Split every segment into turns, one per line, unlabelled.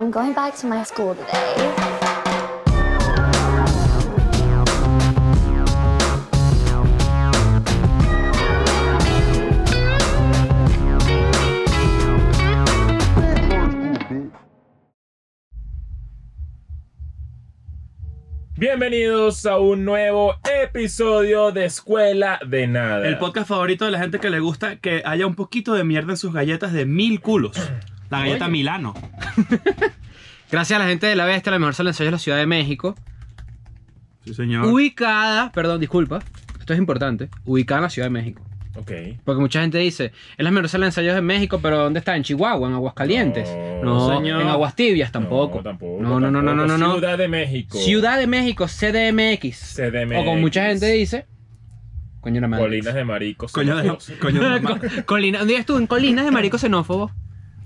I'm going back to my school today.
Bienvenidos a un nuevo episodio de Escuela de Nada.
El podcast favorito de la gente que le gusta que haya un poquito de mierda en sus galletas de mil culos. La galleta
Oye.
Milano.
Gracias a la gente de La Bestia, la mejor sala de ensayos de la Ciudad de México.
Sí, señor.
Ubicada, perdón, disculpa, esto es importante, ubicada en la Ciudad de México.
Ok.
Porque mucha gente dice, es la mejor sala de ensayos de México, pero ¿dónde está? ¿En Chihuahua? ¿En Aguascalientes?
No,
No,
señor.
en Aguastibias
No,
tampoco.
tampoco.
No, no, no, no, no, no,
tampoco.
no.
Ciudad de México.
Ciudad de México, CDMX.
CDMX.
O como mucha gente dice, coño la madre.
Colinas de maricos.
Coño
xenófobos.
de, coño de la ma-
Co- Colina, ¿dónde estuvo? En Colinas de marico xenófobo.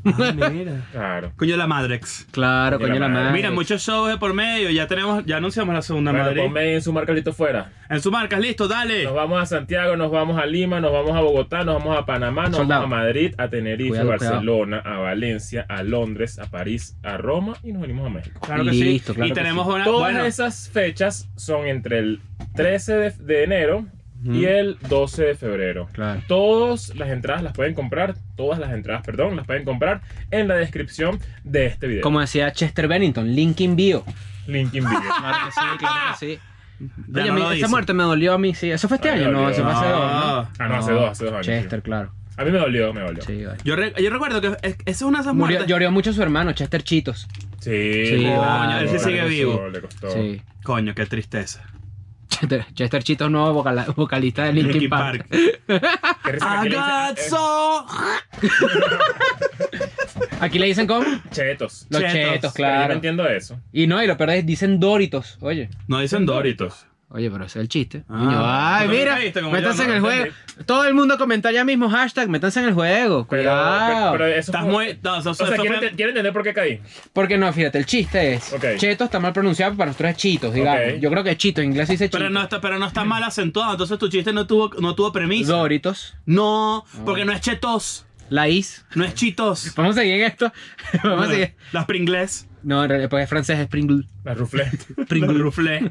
Ah, mira.
Claro.
Coño de la Madrex.
Claro,
Mira,
coño la
madre.
madre.
Mira, muchos shows de por medio. Ya tenemos, ya anunciamos la segunda
Bueno, pues,
Madrid.
ponme en su marcalito fuera.
En sus marcas, listo, dale.
Nos vamos a Santiago, nos vamos a Lima, nos vamos a Bogotá, nos vamos a Panamá, nos
Soldado.
vamos a Madrid, a Tenerife, a
Cuidado, cuidado.
Barcelona, a Valencia, a Londres, a París, a Roma y nos venimos a México.
Claro que
Listo,
sí.
claro
y
que
tenemos
sí.
una.
Todas
bueno,
esas fechas son entre el 13 de, de enero y el 12 de febrero.
Claro.
Todas las entradas las pueden comprar, todas las entradas, perdón, las pueden comprar en la descripción de este video.
Como decía Chester Bennington, Linkin Bio.
Link in video.
Claro que sí, claro que sí.
ya
Oye,
no
mi-
lo
esa
dice.
muerte me dolió a mí, sí. Eso fue este
A mí me
año, no,
dolió.
eso fue hace
No.
dos, ¿no?
Ah, no, hace dos, hace dos años.
Chester, claro.
sí. A mí me dolió, me dolió. Sí.
Sí, vale.
Yo, re- yo recuerdo que es- esa es una de esas
Murió-
muertes.
lloró mucho su hermano, Chester Chitos. Sí,
le
coño,
costó,
él sí sigue
le
vivo.
costó, le costó.
Sí.
Coño, qué tristeza.
Chester, Chester Chitos, nuevo vocala- vocalista de Linkin,
Linkin
Park.
Qué risa que
I
le dicen,
got
eh,
so-
Aquí le dicen cómo?
Chetos.
Los chetos,
Chetos,
Pero Yo no
claro.
entiendo eso.
Y no, y lo peor es, dicen Doritos. Oye,
No dicen Doritos.
oye, pero ese es el chiste.
Ah.
Niño, ay,
Pero
mira,
viste, como
métanse
yo
en
no
el juego.
entendí.
Todo el mundo comenta ya mismo, hashtag, métanse en el juego.
Pero,
Cuidado.
pero, pero eso
Estás
fue-
muy. no, eso-
O sea,
eso
quiero,
fue-
ente- quiero entender por qué caí.
Porque no, fíjate, el chiste es.
Ok.
Chetos está mal pronunciado, para nosotros es chitos, digamos.
Ok.
Yo creo que es chito, en inglés se dice
Pero
chito.
no, está, pero no está mal acentuado, entonces tu chiste no tuvo, no tuvo premisa.
Doritos,
No, porque no es chetos,
la is.
no es chitos.
Vamos a seguir en esto. Vamos a seguir.
Las Pringles,
No, en realidad, porque es francés, es Pringle.
La ruflé.
Pringles ruflé.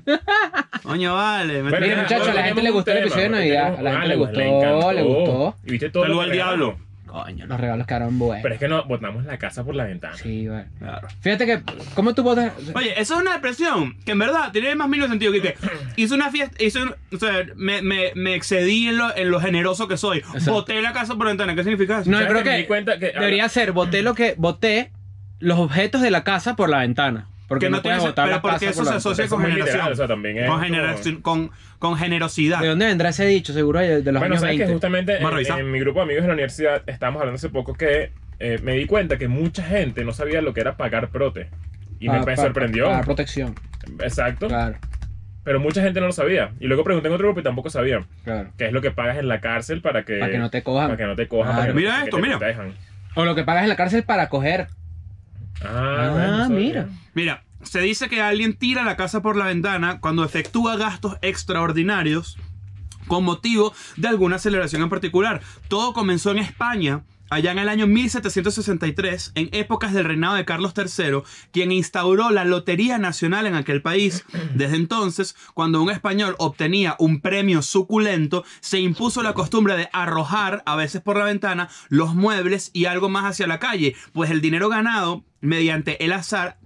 Coño, vale. me
Bueno,
tenés-
Mira, muchachos, a la
tenemos
gente le
un
gustó el
tema,
episodio de
porque
Navidad.
tenemos-
A la
ah,
gente le
gustó,
gustó, le
encantó.
gustó.
Y viste todo. lo
Saludo
que
al
regalaron.
diablo.
Coño, los regalos quedaron buenos.
Pero es que no, botamos la casa por la ventana.
Sí, vale.
Claro.
Fíjate que, ¿cómo tú votas?
Oye, eso es una depresión que en verdad tiene más mínimo sentido que que hice una fiesta, hice un- o sea, me, me, me excedí en lo, en lo generoso que soy. Boté la casa por la ventana, ¿qué significa eso?
No,
¿Sabes
yo creo
que me di
que,
cuenta que-
debería ser, boté lo que, boté los objetos de la casa por la ventana. Porque
Que
no,
no tiene
puedes
sen-
botar
pero
la
porque
casa
eso
por la
se
ventana.
asocia-
Eso es muy
con
literal,
generación.
o sea, también es
con,
como-
generación, con, con generosidad.
¿De dónde vendrá ese dicho? Seguro de, de los
Bueno,
años
sabes
20.
que justamente
Vamos a
en,
revisar.
en mi grupo de amigos de la universidad estábamos hablando hace poco que eh, me di cuenta que mucha gente no sabía lo que era pagar prote. Y me,
Pa-
me
pa-
sorprendió.
Ah, Para protección.
Exacto.
Claro,
Pero mucha gente no lo sabía. Y luego pregunté en otro grupo y tampoco sabían.
claro.
¿Qué es lo que pagas en la cárcel para que,
Para que no te cojan.
Eh, Para que no te cojan.
Claro.
para que-
Mira
para que
esto,
te
mira.
protejan.
O lo que pagas en la cárcel para coger.
Ah, bueno,
Ah,
eso-
mira.
Mira, se dice que alguien tira la casa por la ventana cuando efectúa gastos extraordinarios con motivo de alguna celebración en particular. Todo comenzó en España. Allá en el año 1763, en épocas del reinado de Carlos III, quien instauró la Lotería Nacional en aquel país. Desde entonces, cuando un español obtenía un premio suculento, se impuso la costumbre de arrojar, a veces por la ventana, los muebles y algo más hacia la calle, pues el dinero ganado mediante el azar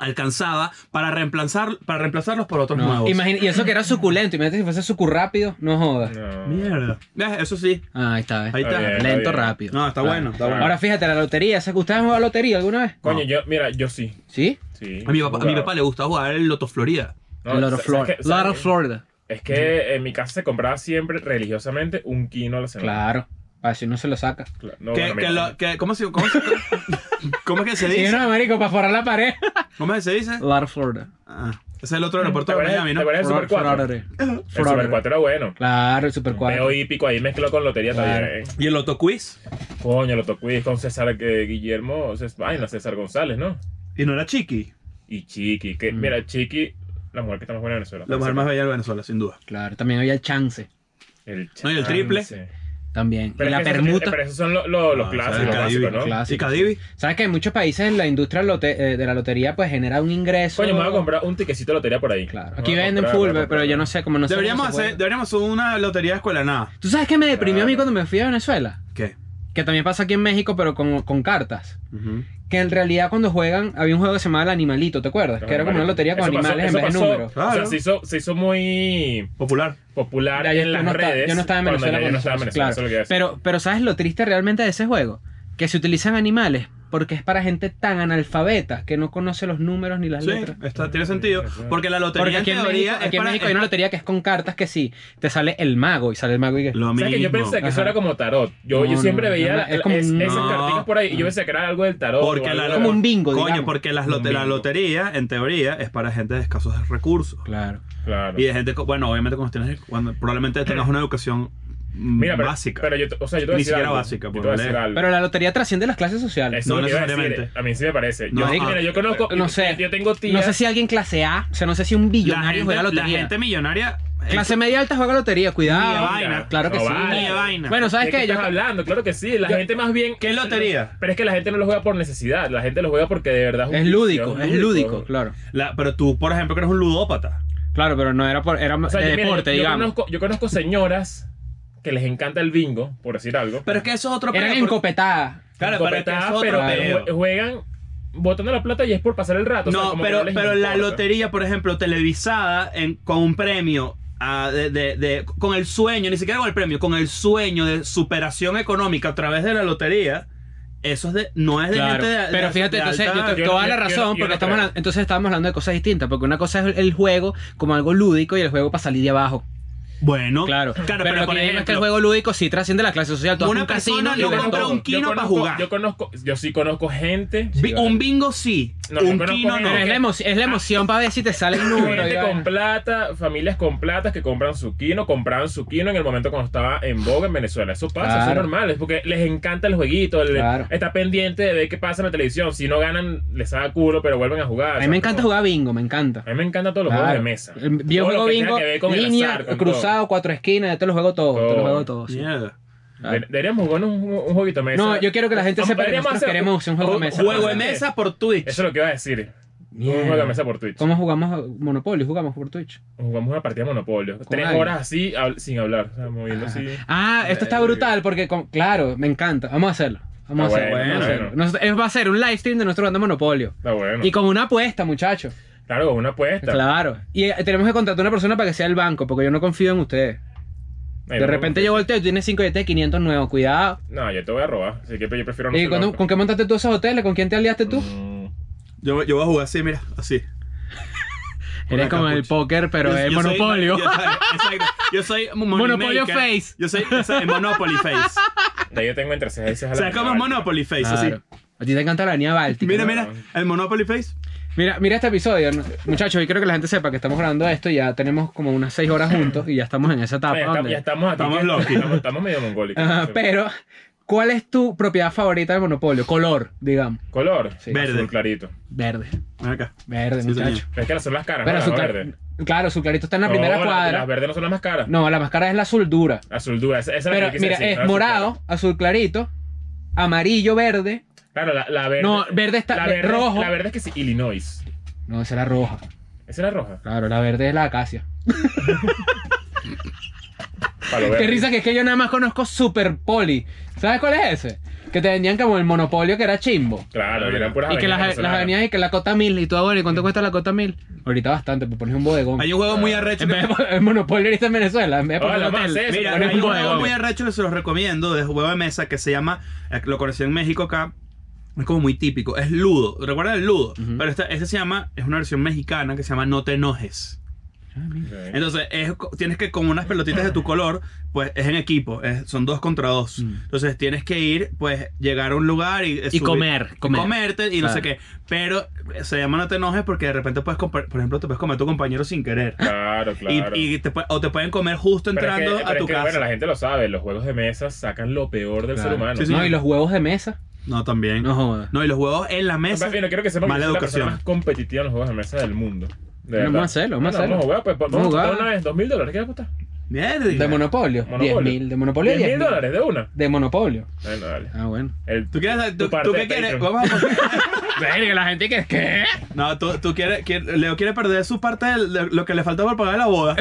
alcanzaba para, reemplazar, para reemplazarlos por otros
No,
nuevos.
imagina- y eso que era suculento. Imagínate si fuese sucurrápido. No jodas.
No.
Mierda. Eh, Eso sí.
Ah, ahí está. ¿ves?
Ahí está.
Está bien,
Lento,
está bien.
rápido.
No, está
Claro.
bueno, está bueno.
Ahora fíjate, la lotería. ¿se- ¿Ustedes han jugado a la lotería alguna vez?
Coño, yo, mira, yo sí.
¿Sí?
sí
A mi, papá, a mi
jugaba.
papá le gusta jugar el Loto Florida.
No,
Lot of
sa- ¿sabes
Florida. Lot
qué? ¿sabes
of
qué?
Florida.
Es que en mi casa se compraba siempre religiosamente un kino a la semana.
Claro. Para si no se lo saca.
Claro. No,
Que-
bueno,
que
mira,
lo- que- ¿Cómo se cómo se- cómo es que se
Sí,
dice?
no, marico, para forrar la pared.
¿Cómo es que se dice?
Lot of Florida.
Ah, ese es el otro
¿Te
aeropuerto de
acuerdas,
Miami,
te
¿no?
acuerdas del Super 4?
Florida.
El Super 4 era bueno.
Claro, el Super
Veo
4.
y pico ahí mezcló con lotería
Claro.
también.
Y el Loto Quiz.
Coño, lo tocó con César que Guillermo. Cés- Ay, no, César González, ¿no?
Y no era Chiqui.
Y Chiqui,
Mm.
que mira, Chiqui, la mujer que está más buena en Venezuela.
La mujer más bella de Venezuela, sin duda.
Claro, también había el chance.
El
No, y el triple.
chance.
También.
Pero
y
es
la
que esos-
permuta.
Pero esos son los, los- los
Ah,
clásicos,
o
los
sea,
básicos, ¿no?
Clásico.
¿Y Cadivi?
Sabes que en muchos países la industria lote- eh, de la lotería pues genera un ingreso.
Coño, me voy a comprar un tiquecito de lotería por ahí.
Claro.
Me
Aquí
voy a
venden
comprar,
full,
me voy a
pero yo
comprar.
no sé cómo no sé
Deberíamos
cómo se
hacer,
puede.
deberíamos hacer una lotería de escuela de nada.
¿Tú sabes qué me deprimió a mí
Claro.
cuando me fui a Venezuela?
¿Qué?
Que también pasa aquí en México, pero con, con cartas. Que en realidad cuando juegan, había un juego que se llamaba El Animalito, ¿te acuerdas?
Los
Que era como una
animales.
lotería con
Eso pasó-
animales
eso
en vez de
pasó-
números.
O sea,
Claro.
se hizo, se hizo muy
Popular.
popular
Ya, yo-
en las
yo no estaba-
redes.
yo no estaba en
cuando
Venezuela
yo
cuando
no estaba en
eso-
Venezuela,
claro.
eso es lo que iba a decir.
Pero, pero ¿sabes lo triste realmente de ese juego? Que se utilizan animales porque es para gente tan analfabeta que no conoce los números ni las
Sí,
letras.
está, tiene sentido. Porque la lotería
Porque aquí
en
en
teoría
México,
es
aquí en
para-
México hay una lotería que es con cartas que sí, te sale el mago y sale el mago y que...
Lo
O sea,
mismo.
que yo pensé que eso
Ajá.
era como tarot. Yo,
No,
yo
no,
siempre
no,
veía
no,
la-
es como
es-
un-
esas
no.
cartitas por ahí y yo pensé que era algo del tarot. o
Porque
algo
la
de-
como un bingo,
Coño,
digamos.
porque las
Un
lote- la
bingo.
lotería, en teoría, es para gente de escasos recursos.
Claro.
Claro.
Y de gente, co- bueno, obviamente cuando tienes, cuando probablemente tengas una educación mm,
Mira, pero,
básica.
pero yo, te- o sea, yo te voy a
Ni
decir
siquiera
algo.
básica,
Yo
por
te voy a
valer.
decir algo.
Pero la lotería trasciende las clases sociales.
Eso
No
es lo que iba a decir,
necesariamente.
A mí sí me parece.
No,
yo,
ah.
mira, yo conozco.
No sé.
Yo tengo tías.
No sé si alguien clase A, o sea, no sé si un billonario
la,
juega
gente, la
lotería.
gente millonaria. eh,
Clase media alta juega lotería,
Ni de
cuidado.
vaina.
Claro que
No
sí.
vale.
Ni de vaina.
Bueno,
¿De
¿sabes
qué
qué? Yo,
estás hablando? Claro que sí. La
Yo-
gente más bien.
¿Qué lotería?
Pero es que la gente no lo juega por necesidad. La gente lo juega porque de verdad es un
es
vicio,
lúdico, es lúdico, claro.
la- pero tú, por ejemplo, que eres un ludópata.
Claro, pero no era por era
O sea,
de
yo, mira,
deporte,
yo- yo
digamos.
Conozco, yo conozco señoras que les encanta el bingo, por decir algo.
Pero es que eso es otro
Eran
peo, porque-
encopetadas.
Claro, pero es que
Copetadas,
eso es
pero
otro
que
peo.
jue- juegan botando la plata y es por pasar el rato. o sea,
No,
como que
pero,
les
pero
importa.
la lotería, por ejemplo, televisada en- con un premio, ah, de, de- de- con el sueño, ni siquiera con el premio, con el sueño de superación económica a través de la lotería, eso es de, no es de
Claro.
gente de- de-
Pero fíjate,
de
entonces,
alta-
yo te-
Yo no-
toda la
yo- yo
razón,
no- yo
porque
no
estamos
creo.
hablando- entonces estamos hablando de cosas distintas, porque una cosa es el juego como algo lúdico y el juego para salir de abajo.
Bueno,
Claro.
claro
pero, lo
por
que digo es que el
ejemplo,
juego lúdico sí trasciende la clase social. Tú vas a
Una
un casino
persona
y
no
ves
compra
todo.
un kilo
yo
pa'
conozco-
jugar.
Yo conozco, yo sí conozco gente.
vi-
Sí,
un
vale.
bingo sí,
No, yo
un
conozco
kino no.
Pero es la, emo- es la emoción para ver si te sale el número.
Gente
y
con
vaina.
plata, familias con plata que compran su quino, compraban su quino en el momento cuando estaba en boga en Venezuela. Eso pasa, eso es
Claro.
normal, es porque les encanta el jueguito, el-
Claro.
está pendiente de ver qué pasa en la televisión. Si no ganan, les da culo, pero vuelven a jugar.
A
O
mí
sea,
me encanta
como-
jugar bingo, me encanta.
A mí me encantan todos los
Claro.
juegos de mesa.
El- Yo
Todo
juego
lo que tenga
bingo,
que ver con el
línea,
azar, con
cruzado, cuatro esquinas, yo te lo juego todo, te lo
Todo.
juego todo. sí.
Mierda.
todo. De- Deberíamos jugar un, un jueguito de mesa.
No, yo quiero que la gente
Vamos,
sepa que
deberíamos
nosotros
hacer
queremos un juego de mesa.
Juego de
¿sabes?
mesa por Twitch.
Eso es lo que iba a decir. Un
Mierda.
juego de mesa por Twitch.
¿Cómo jugamos Monopoly? Jugamos por Twitch.
Jugamos una partida de Monopolio. Tres
alguien?
horas así, habl- sin hablar. O sea, moviendo así.
Ah, esto está brutal porque, con- claro, me encanta. Vamos a hacerlo. Vamos a
Eh, Está
hacerlo.
bueno,
vamos a
bueno.
hacerlo. Nos- es- va a ser un live stream de nuestro banda Monopolio.
Está bueno.
Y con una apuesta, muchachos.
Claro, una apuesta.
Claro. Y eh, tenemos que contratar a una persona para que sea el banco, porque yo no confío en ustedes.
Ay,
de
no,
repente
no,
yo volteo y tú tienes 5 de 500 nuevos. Cuidado.
No, yo te voy a robar. Así que yo prefiero no
¿Y
ser
cuándo-
loco.
con qué montaste tú esos hoteles? ¿Con quién te aliaste tú?
Mm,
Yo, yo voy a jugar así, mira, así. con la
Eres como el
capucha.
póker, pero
Yo-
el
yo soy-
monopolio.
yo- exacto. Yo soy money
Monopolio
maker.
face.
Yo soy exacto, Monopoly Face.
de ahí yo tengo entre cejas y cejas
O sea,
la-
como Monopoly Face, así.
Claro. A ti te encanta la niña báltica.
Mira,
¿no?
mira, el Monopoly Face.
Mira, mira este episodio, ¿no? muchachos. Yo quiero que la gente sepa que estamos grabando esto. y Ya tenemos como unas 6 horas juntos y ya estamos en esa etapa.
Ah, pues, Ya, está-
donde-
ya estamos aquí.
Estamos
que-
locos.
Estamos, estamos medio mongólicos.
Ajá, pero, ¿cuál es tu propiedad favorita de Monopolio? Color, digamos.
Color.
Sí.
Verde.
Azul clarito.
Verde.
Ven acá.
Verde,
Sí,
muchacho.
señor.
Pero es que las son las caras,
Pero
¿no?
su
Las
clar-
verdes.
Claro, su clarito está en la
No,
primera
las-
cuadra.
Las verdes no son las más caras.
No, la más cara es la azul dura.
Azul dura. Esa, esa es la
Pero
que quise
mira,
decir,
es
¿no? Azul
morado,
clara.
azul clarito, amarillo, verde.
Claro, la, la verde.
No, verde está- eh,
la verde,
rojo.
La verde es que sí. Illinois.
No, esa es la roja.
Esa es la roja.
Claro, la verde es la acacia.
Palo verde.
Qué risa que es que yo nada más conozco Super Poli. ¿Sabes cuál es ese? Que te vendían como el monopolio que era chimbo.
Ah,
Claro, eran puras
Y que las, las
venezolanas.
avenidas y que la cota mil y todo, bueno, ¿y cuánto cuesta la cota mil? Ahorita bastante, pues pones un bodegón.
Hay un juego muy arrecho
En
que...
vez de el monopolio ahorita en Venezuela, en vez de
Hola,
poner un
más
hotel,
eso,
Mira,
pones
hay
un
un juego
bodegón.
muy arrecho que se los recomiendo, de juego de mesa, que se llama... eh, Lo conocí en México acá. Es como muy típico. Es Ludo. ¿Recuerdan el Ludo?
Ujú.
Pero esta- este se llama... Es una versión mexicana que se llama No te enojes.
Ok.
Entonces, es co- tienes que, con unas pelotitas de tu color, pues es en equipo, es- son dos contra dos.
Mm.
Entonces, tienes que ir, pues, llegar a un lugar y, eh,
Y
subir-
comer,
y
comer.
comerte y no sé
Claro.
qué. Pero eh, se llama no te enojes porque de repente puedes, compar- por ejemplo, te puedes comer a tu compañero sin querer.
Claro,
Y-
claro.
Y, te pue- o te pueden comer justo
Pero es que-
entrando
pero
a
es
tu
que,
casa.
Bueno, la gente lo sabe, los juegos de mesa sacan lo peor del
Claro.
ser humano.
Sí, sí.
No, y los huevos de mesa.
No, también.
No
No.
jodas.
y los juegos en la mesa.
Papi, no quiero que sepan que
Mala
soy la
educación.
persona más competitiva en los juegos de mesa del mundo. De
Bueno,
verdad.
vamos a hacerlo, vamos a hacerlo.
Bueno, Vamos a jugar, pues, vamos
Vamos a
a apostar
jugar.
una vez, dos mil dólares, ¿qué apostar?
De
Mierda.
monopolio.
Monopolio.
10.000. De monopolio.
10 mil
10.000.
dólares de una.
De monopolio.
Bueno, dale.
Ah, bueno.
El-
¿Tú quieres tú,
tu parte
tú qué
de
quieres?
Patreon.
Vamos a poner-
Verga, la gente que ¿qué?
No, tú, tú quieres, quiere- Leo quiere perder su parte de lo que le falta por pagar la boda.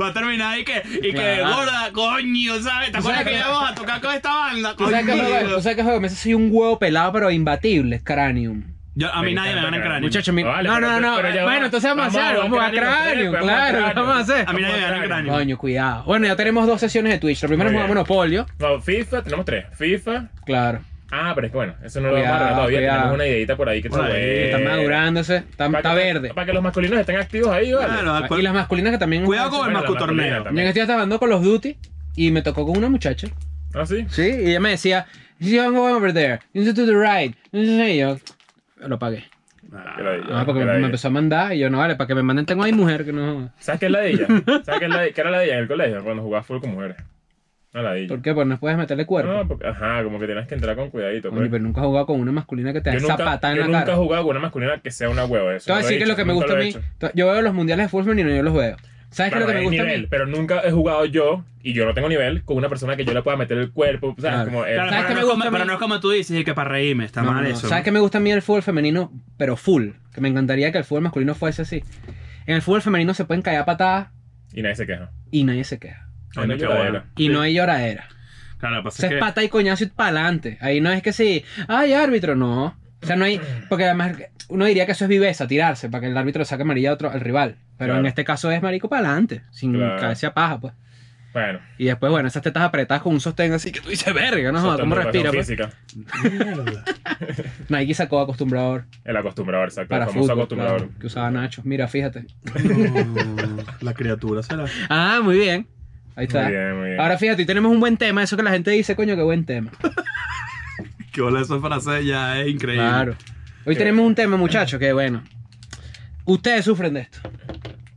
Va a terminar y que, y que
Claro.
gorda, coño, ¿sabes? ¿Te acuerdas que íbamos a tocar con esta banda?
¿Tú sabes que juego,
Coño.
tú sabes que juego? Me soy un huevo pelado, pero imbatible. Cranium.
Yo- a mí
Me
nadie
encanta
me gana en
Cranium.
cráneo.
Muchachos, mi...
No, vale,
no,
pero-
no, no.
pero ya va.
Bueno, entonces vamos, a hacer. Vamos a cráneo,
pues, vamos a
claro.
Cranium.
Vamos a hacer.
A mí nadie
Vamos a
me gana en
Cranium.
cráneo.
Coño, cuidado. Bueno, ya tenemos dos sesiones de Twitch. La primera
Muy
es
bien.
monopolio.
No, FIFA, tenemos tres. FIFA.
Claro.
Ah, pero es que bueno, eso no lo vamos a
Cuidado,
arreglar todavía.
cuidado.
Tenemos una ideita por ahí que
Bueno,
se
Está
puede-
madurándose. Está,
Para
está
que-
verde.
Para que los masculinos estén activos ahí, ¿vale?
Claro, acu-
Y las masculinas que también.
Cuidado con el
Bueno, la
mascutorneo.
masculina
Yo que estoy trabajando con los Duty y me tocó con una muchacha.
¿Ah, sí?
Sí, y ella me decía, "You don't go over there, you need to the right. Y yo lo pagué.
Que la diga,
Ah, porque
que la
me
diga.
empezó a mandar y yo, no vale, para que me manden tengo ahí mujer que no.
¿Sabes qué es la de ella? ¿Sabes qué, es la de- qué era la de ella en el colegio? Cuando jugabas fútbol con mujeres. No la de ella.
¿Por qué? Pues no puedes meterle cuerpo.
No, porque, ajá, como que tienes que entrar con cuidadito.
Coño,
pues.
pero nunca he jugado con una masculina que te da
Yo nunca,
zapatada en
yo
la
nunca he
cara.
jugado con una masculina que sea una hueva. Eso
Te voy a
no
decir
he
que lo que me
hecho,
gusta a
nunca
mí. Yo veo los mundiales de fútbol femenino y yo los veo. ¿Sabes qué es
Claro,
lo que me
hay
gusta a
nivel,
mí?
Pero nunca he jugado yo, y yo no tengo nivel, con una persona que yo le pueda meter el cuerpo. O sea,
Claro.
como. el-
Claro,
¿Sabes qué
pero no
me
es como-
gusta a mí?
Pero no es como tú dices, y que para reírme, está
No,
mal
no, no.
eso.
¿Sabes qué me gusta a mí el fútbol femenino? Pero full. Que me encantaría que el fútbol masculino fuese así. En el fútbol femenino se pueden caer a patadas
Y nadie se queja.
y nadie se queja.
Coño,
Ahí no
qué
llora,
bueno.
era.
Y
Sí.
no hay lloradera.
Claro, lo que pasa
Se
es que...
pata y coñazo y para adelante. Ahí no es que sí, ay, árbitro, no. O sea, no hay. Porque además uno diría que eso es viveza, tirarse, para que el árbitro saque amarilla a otro, al rival. Pero
Claro.
en este caso es marico para adelante, sin
Claro.
caerse a paja, pues.
Bueno,
Y después, bueno, esas tetas apretadas con un sostén así que tú dices, verga, no
eso
jodas,
está
¿cómo
en
respira?
educación
Pues?
física.
Nike sacó acostumbrador
El acostumbrador, exacto.
para
el famoso
fútbol.
acostumbrador.
claro, que usaba Nacho. Mira, fíjate.
No, la criatura será.
Ah, muy bien. Ahí está.
Muy bien, muy bien.
Ahora fíjate, y tenemos un buen tema, eso que la gente dice, coño, qué buen tema.
Que hola, esa frase ya es increíble.
Claro. Hoy
Qué
tenemos un tema, muchachos, que bueno. Ustedes sufren de esto.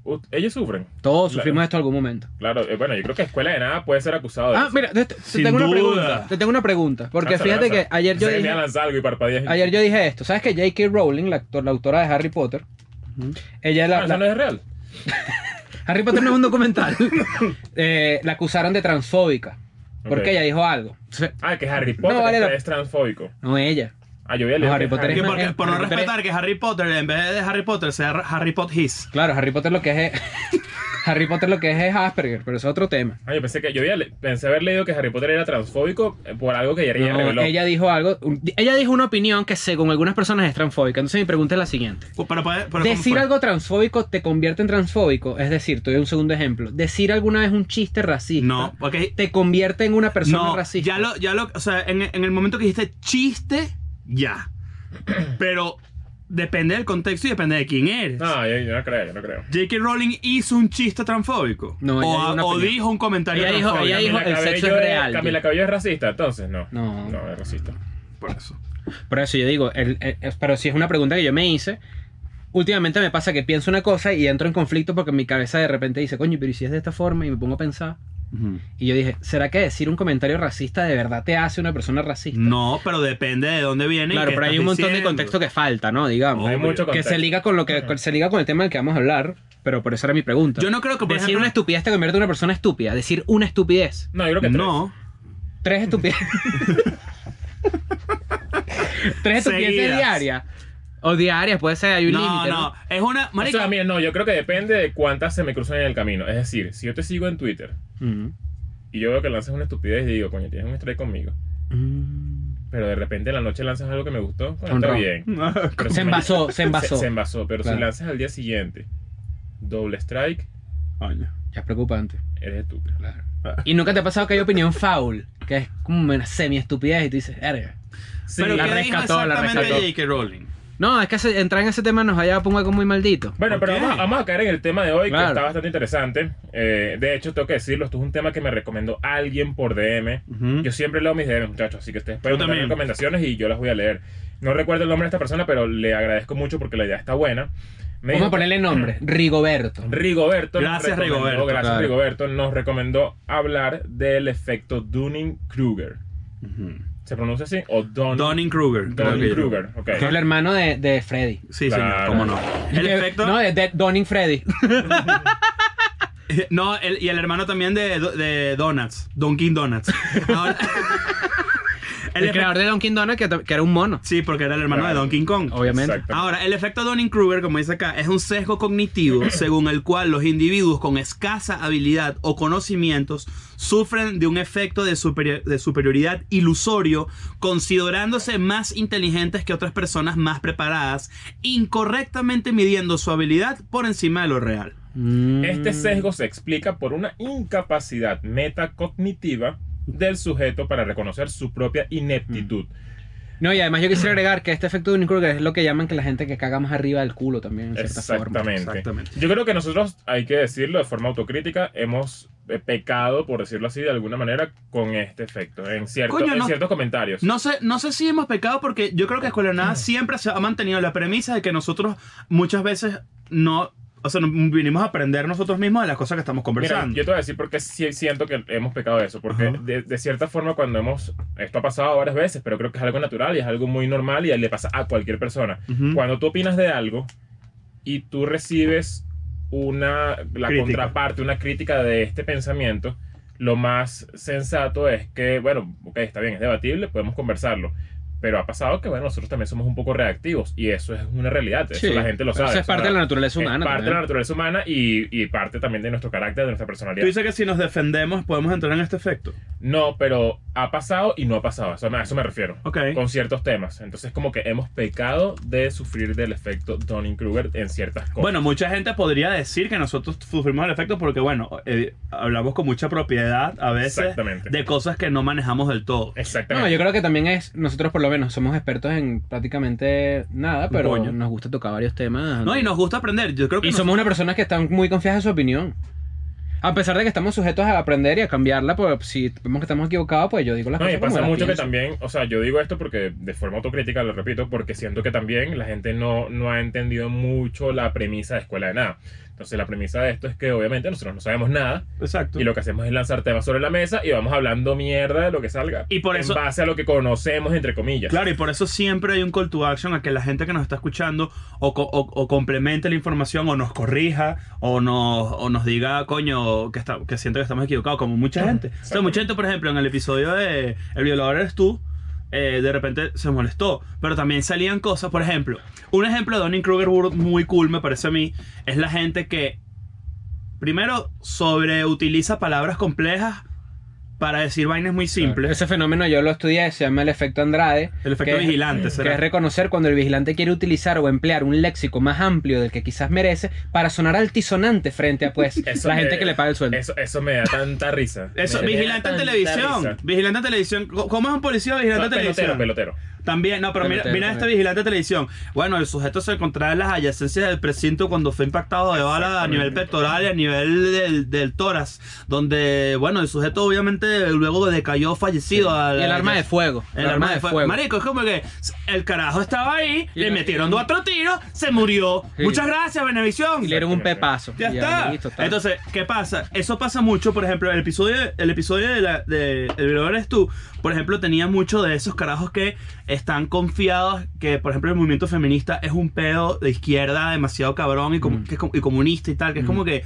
Ut- Ellos sufren.
Todos
Claro.
sufrimos de esto en algún momento.
Claro, eh, bueno, yo creo que escuela de nada puede ser acusado de
Ah,
eso.
mira, te, te
Sin
tengo una
duda.
pregunta. Te tengo una pregunta. Porque
Lánzala,
fíjate
lánzala.
que ayer yo,
Sí, mira,
dije,
lanza algo y parpadeas.
ayer yo dije esto. ¿Sabes que J.K. Rowling, la, actor- la autora de Harry Potter, ella
Ah,
la,
eso
la-
no es real.
Harry Potter no es un documental. Eh, la acusaron de transfóbica. Porque
Ok.
ella dijo algo. Entonces,
Ah, que Harry Potter
vale,
es-
la-
es transfóbico.
no ella.
Ah, yo voy a
No,
leer.
Harry
que
Potter es
Que
más-
porque- por no
Harry Potter-
respetar que Harry Potter, en vez de Harry Potter, sea Harry Potter his.
Claro, Harry Potter lo que es es- Harry Potter lo que es es Asperger, pero eso es otro tema.
Ah, yo pensé que yo había le- pensé haber leído que Harry Potter era transfóbico eh, por algo que ella
No,
reveló.
ella dijo algo, un- ella dijo una opinión que según algunas personas es transfóbica. Entonces mi pregunta es la siguiente.
Pero, puede- pero
Decir
¿cómo fue?
algo transfóbico te convierte en transfóbico. Es decir, te doy un segundo ejemplo. Decir alguna vez un chiste racista
No, porque
te convierte en una persona
no,
racista.
ya lo, ya lo, o sea, en, en el momento que dijiste chiste, ya. Pero depende del contexto y depende de quién eres.
No, yo, yo no creo, yo no creo.
J.K. Rowling hizo un chiste transfóbico.
No, ella
o
dijo una
o
opinión.
dijo un comentario
Ella dijo- ella
transfóbico.
dijo- el sexo es real.
Camila Cabello es racista, entonces no.
No.
No, es racista.
Por eso.
Por eso yo digo, el- el- el- pero si es una pregunta que yo me hice, últimamente me pasa que pienso una cosa y entro en conflicto porque mi cabeza de repente dice, coño, pero ¿y si es de esta forma? Y me pongo a pensar. Y yo dije, ¿será que decir un comentario racista de verdad te hace una persona racista?
No, pero depende de dónde viene. y
Claro,
qué
pero hay
estás
un montón de
diciendo.
contexto que falta, ¿no? Digamos.
Hay
Obvio.
mucho
que se
contexto.
liga con lo que se liga con el tema del que vamos a hablar, pero por eso era mi pregunta.
Yo no creo que por
decir
ejemplo-
una estupidez te convierte en una persona estúpida. Decir una estupidez.
No, yo creo que tres.
No.
Tres estupideces. Tres estupideces
Seguidas.
diarias. O diarias, puede ser, hay un
No,
límite.
no. Es una.
O
Marico,
sea, mira, no, yo creo que depende de cuántas se me cruzan en el camino. Es decir, si yo te sigo en Twitter
Mm.
y yo veo que lanzas una estupidez y digo, coño, tienes un strike conmigo.
Mm.
Pero de repente en la noche lanzas algo que me gustó, bueno,
Un
está
ron.
bien. Pero si
Se
me-
envasó, se envasó.
Se, envasó, pero
Claro.
si lanzas al día siguiente doble strike,
Coño.
Ya es preocupante.
eres estúpido.
Y nunca te ha pasado que hay opinión foul, que es como una semi-estupidez y tú dices, "Verga".
Sí,
pero
la
¿qué
rescató,
dijo
la rescató.
exactamente J.K. Rowling?
No, es que se- entrar en ese tema nos haya pongo como muy maldito.
Bueno,
¿Por
pero
qué?
vamos, a- vamos a caer en el tema de hoy,
Claro.
que está bastante interesante. Eh, de hecho, tengo que decirlo, esto es un tema que me recomendó alguien por DM.
Ujú.
Yo siempre leo mis DM, muchachos, así que ustedes pueden
Yo
mandar
también.
recomendaciones y yo las voy a leer. No recuerdo el nombre de esta persona, pero le agradezco mucho porque la idea está buena. Me
Vamos
dijo-
a ponerle nombre, Rigoberto.
Rigoberto. nos
Gracias,
recomendó-
Rigoberto,
Gracias,
claro.
Rigoberto. Nos recomendó hablar del efecto Dunning-Kruger. ¿Se pronuncia así? O Don-
Donning Kruger.
Dunning-Kruger. Ok.
Que es el hermano de, de Freddy.
Sí,
Claro.
señor, cómo no. El
Que-
efecto.
No, de, de Donning Freddy.
No, el- y el hermano también de, de Donuts, Don King Donuts. Ahora-
El,
efe-
creador de Donkey Donuts, que, que era un mono,
Sí, porque era el hermano de
Claro.
Donkey Kong.
obviamente.
Exacto.
Ahora, el efecto Dunning-Kruger, como dice acá, es un sesgo cognitivo según el cual los individuos con escasa habilidad o conocimientos sufren de un efecto de, superi- de superioridad ilusorio, considerándose más inteligentes que otras personas más preparadas, incorrectamente midiendo su habilidad por encima de lo real.
Mm.
Este sesgo se explica por una incapacidad metacognitiva del sujeto para reconocer su propia ineptitud.
No, y además yo quisiera agregar que este efecto de Dunning-Kruger es lo que llaman que la gente que caga más arriba del culo también, en cierta forma.
Exactamente.
Exactamente.
Yo creo que nosotros, hay que decirlo de forma autocrítica, hemos eh, pecado, por decirlo así, de alguna manera, con este efecto, en, cierto-
Coño,
en
no-
ciertos comentarios.
No sé, no sé si hemos pecado porque yo creo que Escuela de
Mm.
Nada siempre se ha mantenido la premisa de que nosotros muchas veces no, o sea, no- vinimos a aprender nosotros mismos de las cosas que estamos
Mira,
conversando.
yo te voy a decir porque sí siento que hemos pecado de eso, porque
Ajá.
de, de cierta forma cuando hemos, esto ha pasado varias veces, pero creo que es algo natural y es algo muy normal y le pasa a cualquier persona.
Ujú.
Cuando tú opinas de algo y tú recibes una la
Crítica.
contraparte, una crítica de este pensamiento, lo más sensato es que, bueno, ok, está bien, es debatible, podemos conversarlo. Pero ha pasado que, bueno, nosotros también somos un poco reactivos y eso es una realidad, eso
Sí.
la gente lo
Pero
sabe.
Eso es parte de la
una-
naturaleza humana.
Es parte de
también.
la naturaleza humana y, y parte también de nuestro carácter, de nuestra
Tú
personalidad.
dices que si nos defendemos podemos entrar en este efecto.
No, pero ha pasado y no ha pasado, eso, me- a eso me refiero.
Ok.
Con ciertos temas. Entonces, como que hemos pecado de sufrir del efecto Donning-Kruger en ciertas cosas.
Bueno, mucha gente podría decir que nosotros sufrimos el efecto porque, bueno, eh, hablamos con mucha propiedad a veces
Exactamente.
de cosas que no manejamos del todo.
Exactamente.
No, yo creo que también es, nosotros por lo menos somos expertos en prácticamente nada, pero
Coño.
nos gusta tocar varios temas.
No, y nos gusta aprender. Yo creo que
Y
nos-
somos unas personas que están muy confiadas en su opinión. A pesar de que estamos sujetos a aprender y a cambiarla, pues si vemos que estamos equivocados, pues yo digo las
No, y
cosas. como
pasa
las
mucho que
pienso.
también, o sea, yo digo esto porque de forma autocrítica, lo repito, porque siento que también la gente no, no ha entendido mucho la premisa de escuela de nada. Entonces, la premisa de esto es que obviamente nosotros no sabemos nada
Exacto.
y lo que hacemos es lanzar temas sobre la mesa y vamos hablando mierda de lo que salga.
Y por eso-
En base a lo que conocemos, entre comillas.
Claro, y por eso siempre hay un call to action a que la gente que nos está escuchando o, co- o- o complemente la información o nos corrija o nos, o nos diga, coño, que, está, que siento que estamos equivocados, como mucha gente. O sea,
exactamente.
mucha gente, por ejemplo, en el episodio de El violador eres tú, eh, de repente se molestó, pero también salían cosas, por ejemplo, un ejemplo de Donning Kruger muy cool, me parece a mí, es la gente que primero sobreutiliza palabras complejas para decir vainas muy simples.
Ese fenómeno yo lo estudié, se llama el efecto Andrade.
El efecto
que-
vigilante,
Que
¿será?
es reconocer cuando el vigilante quiere utilizar o emplear un léxico más amplio del que quizás merece para sonar altisonante frente a pues
Eso
la
me-
gente que le paga el sueldo.
Eso, eso me da tanta risa.
Eso,
Me- me da
vigilante en
tanta
televisión.
risa.
Vigilante en televisión. Co- ¿Cómo es un policía vigilante
No,
en
pelotero,
televisión?
pelotero.
También, no, pero mira,
Pelotero
mira
también.
este vigilante en televisión. Bueno, el sujeto se encontraba en las adyacencias del precinto cuando fue impactado de bala a
Exactamente.
nivel pectoral y a nivel del, del tórax. Donde, bueno, el sujeto obviamente luego decayó fallecido. a
Y
la-
el arma de fuego.
El arma de fuego. Marico, es como que el carajo estaba ahí,
Y
le
la-
metieron cuatro tiros, se murió.
Sí.
Muchas gracias, Benevisión.
Y le dieron un pepazo.
Ya
Y
está.
listo, está.
Entonces, ¿qué pasa? Eso pasa mucho, por ejemplo, el episodio, el episodio de, la, de El Violador eres tú, por ejemplo, tenía mucho de esos carajos que están confiados que, por ejemplo, el movimiento feminista es un pedo de izquierda demasiado cabrón y, com-
Mm.
que es com- y comunista y tal, que es como que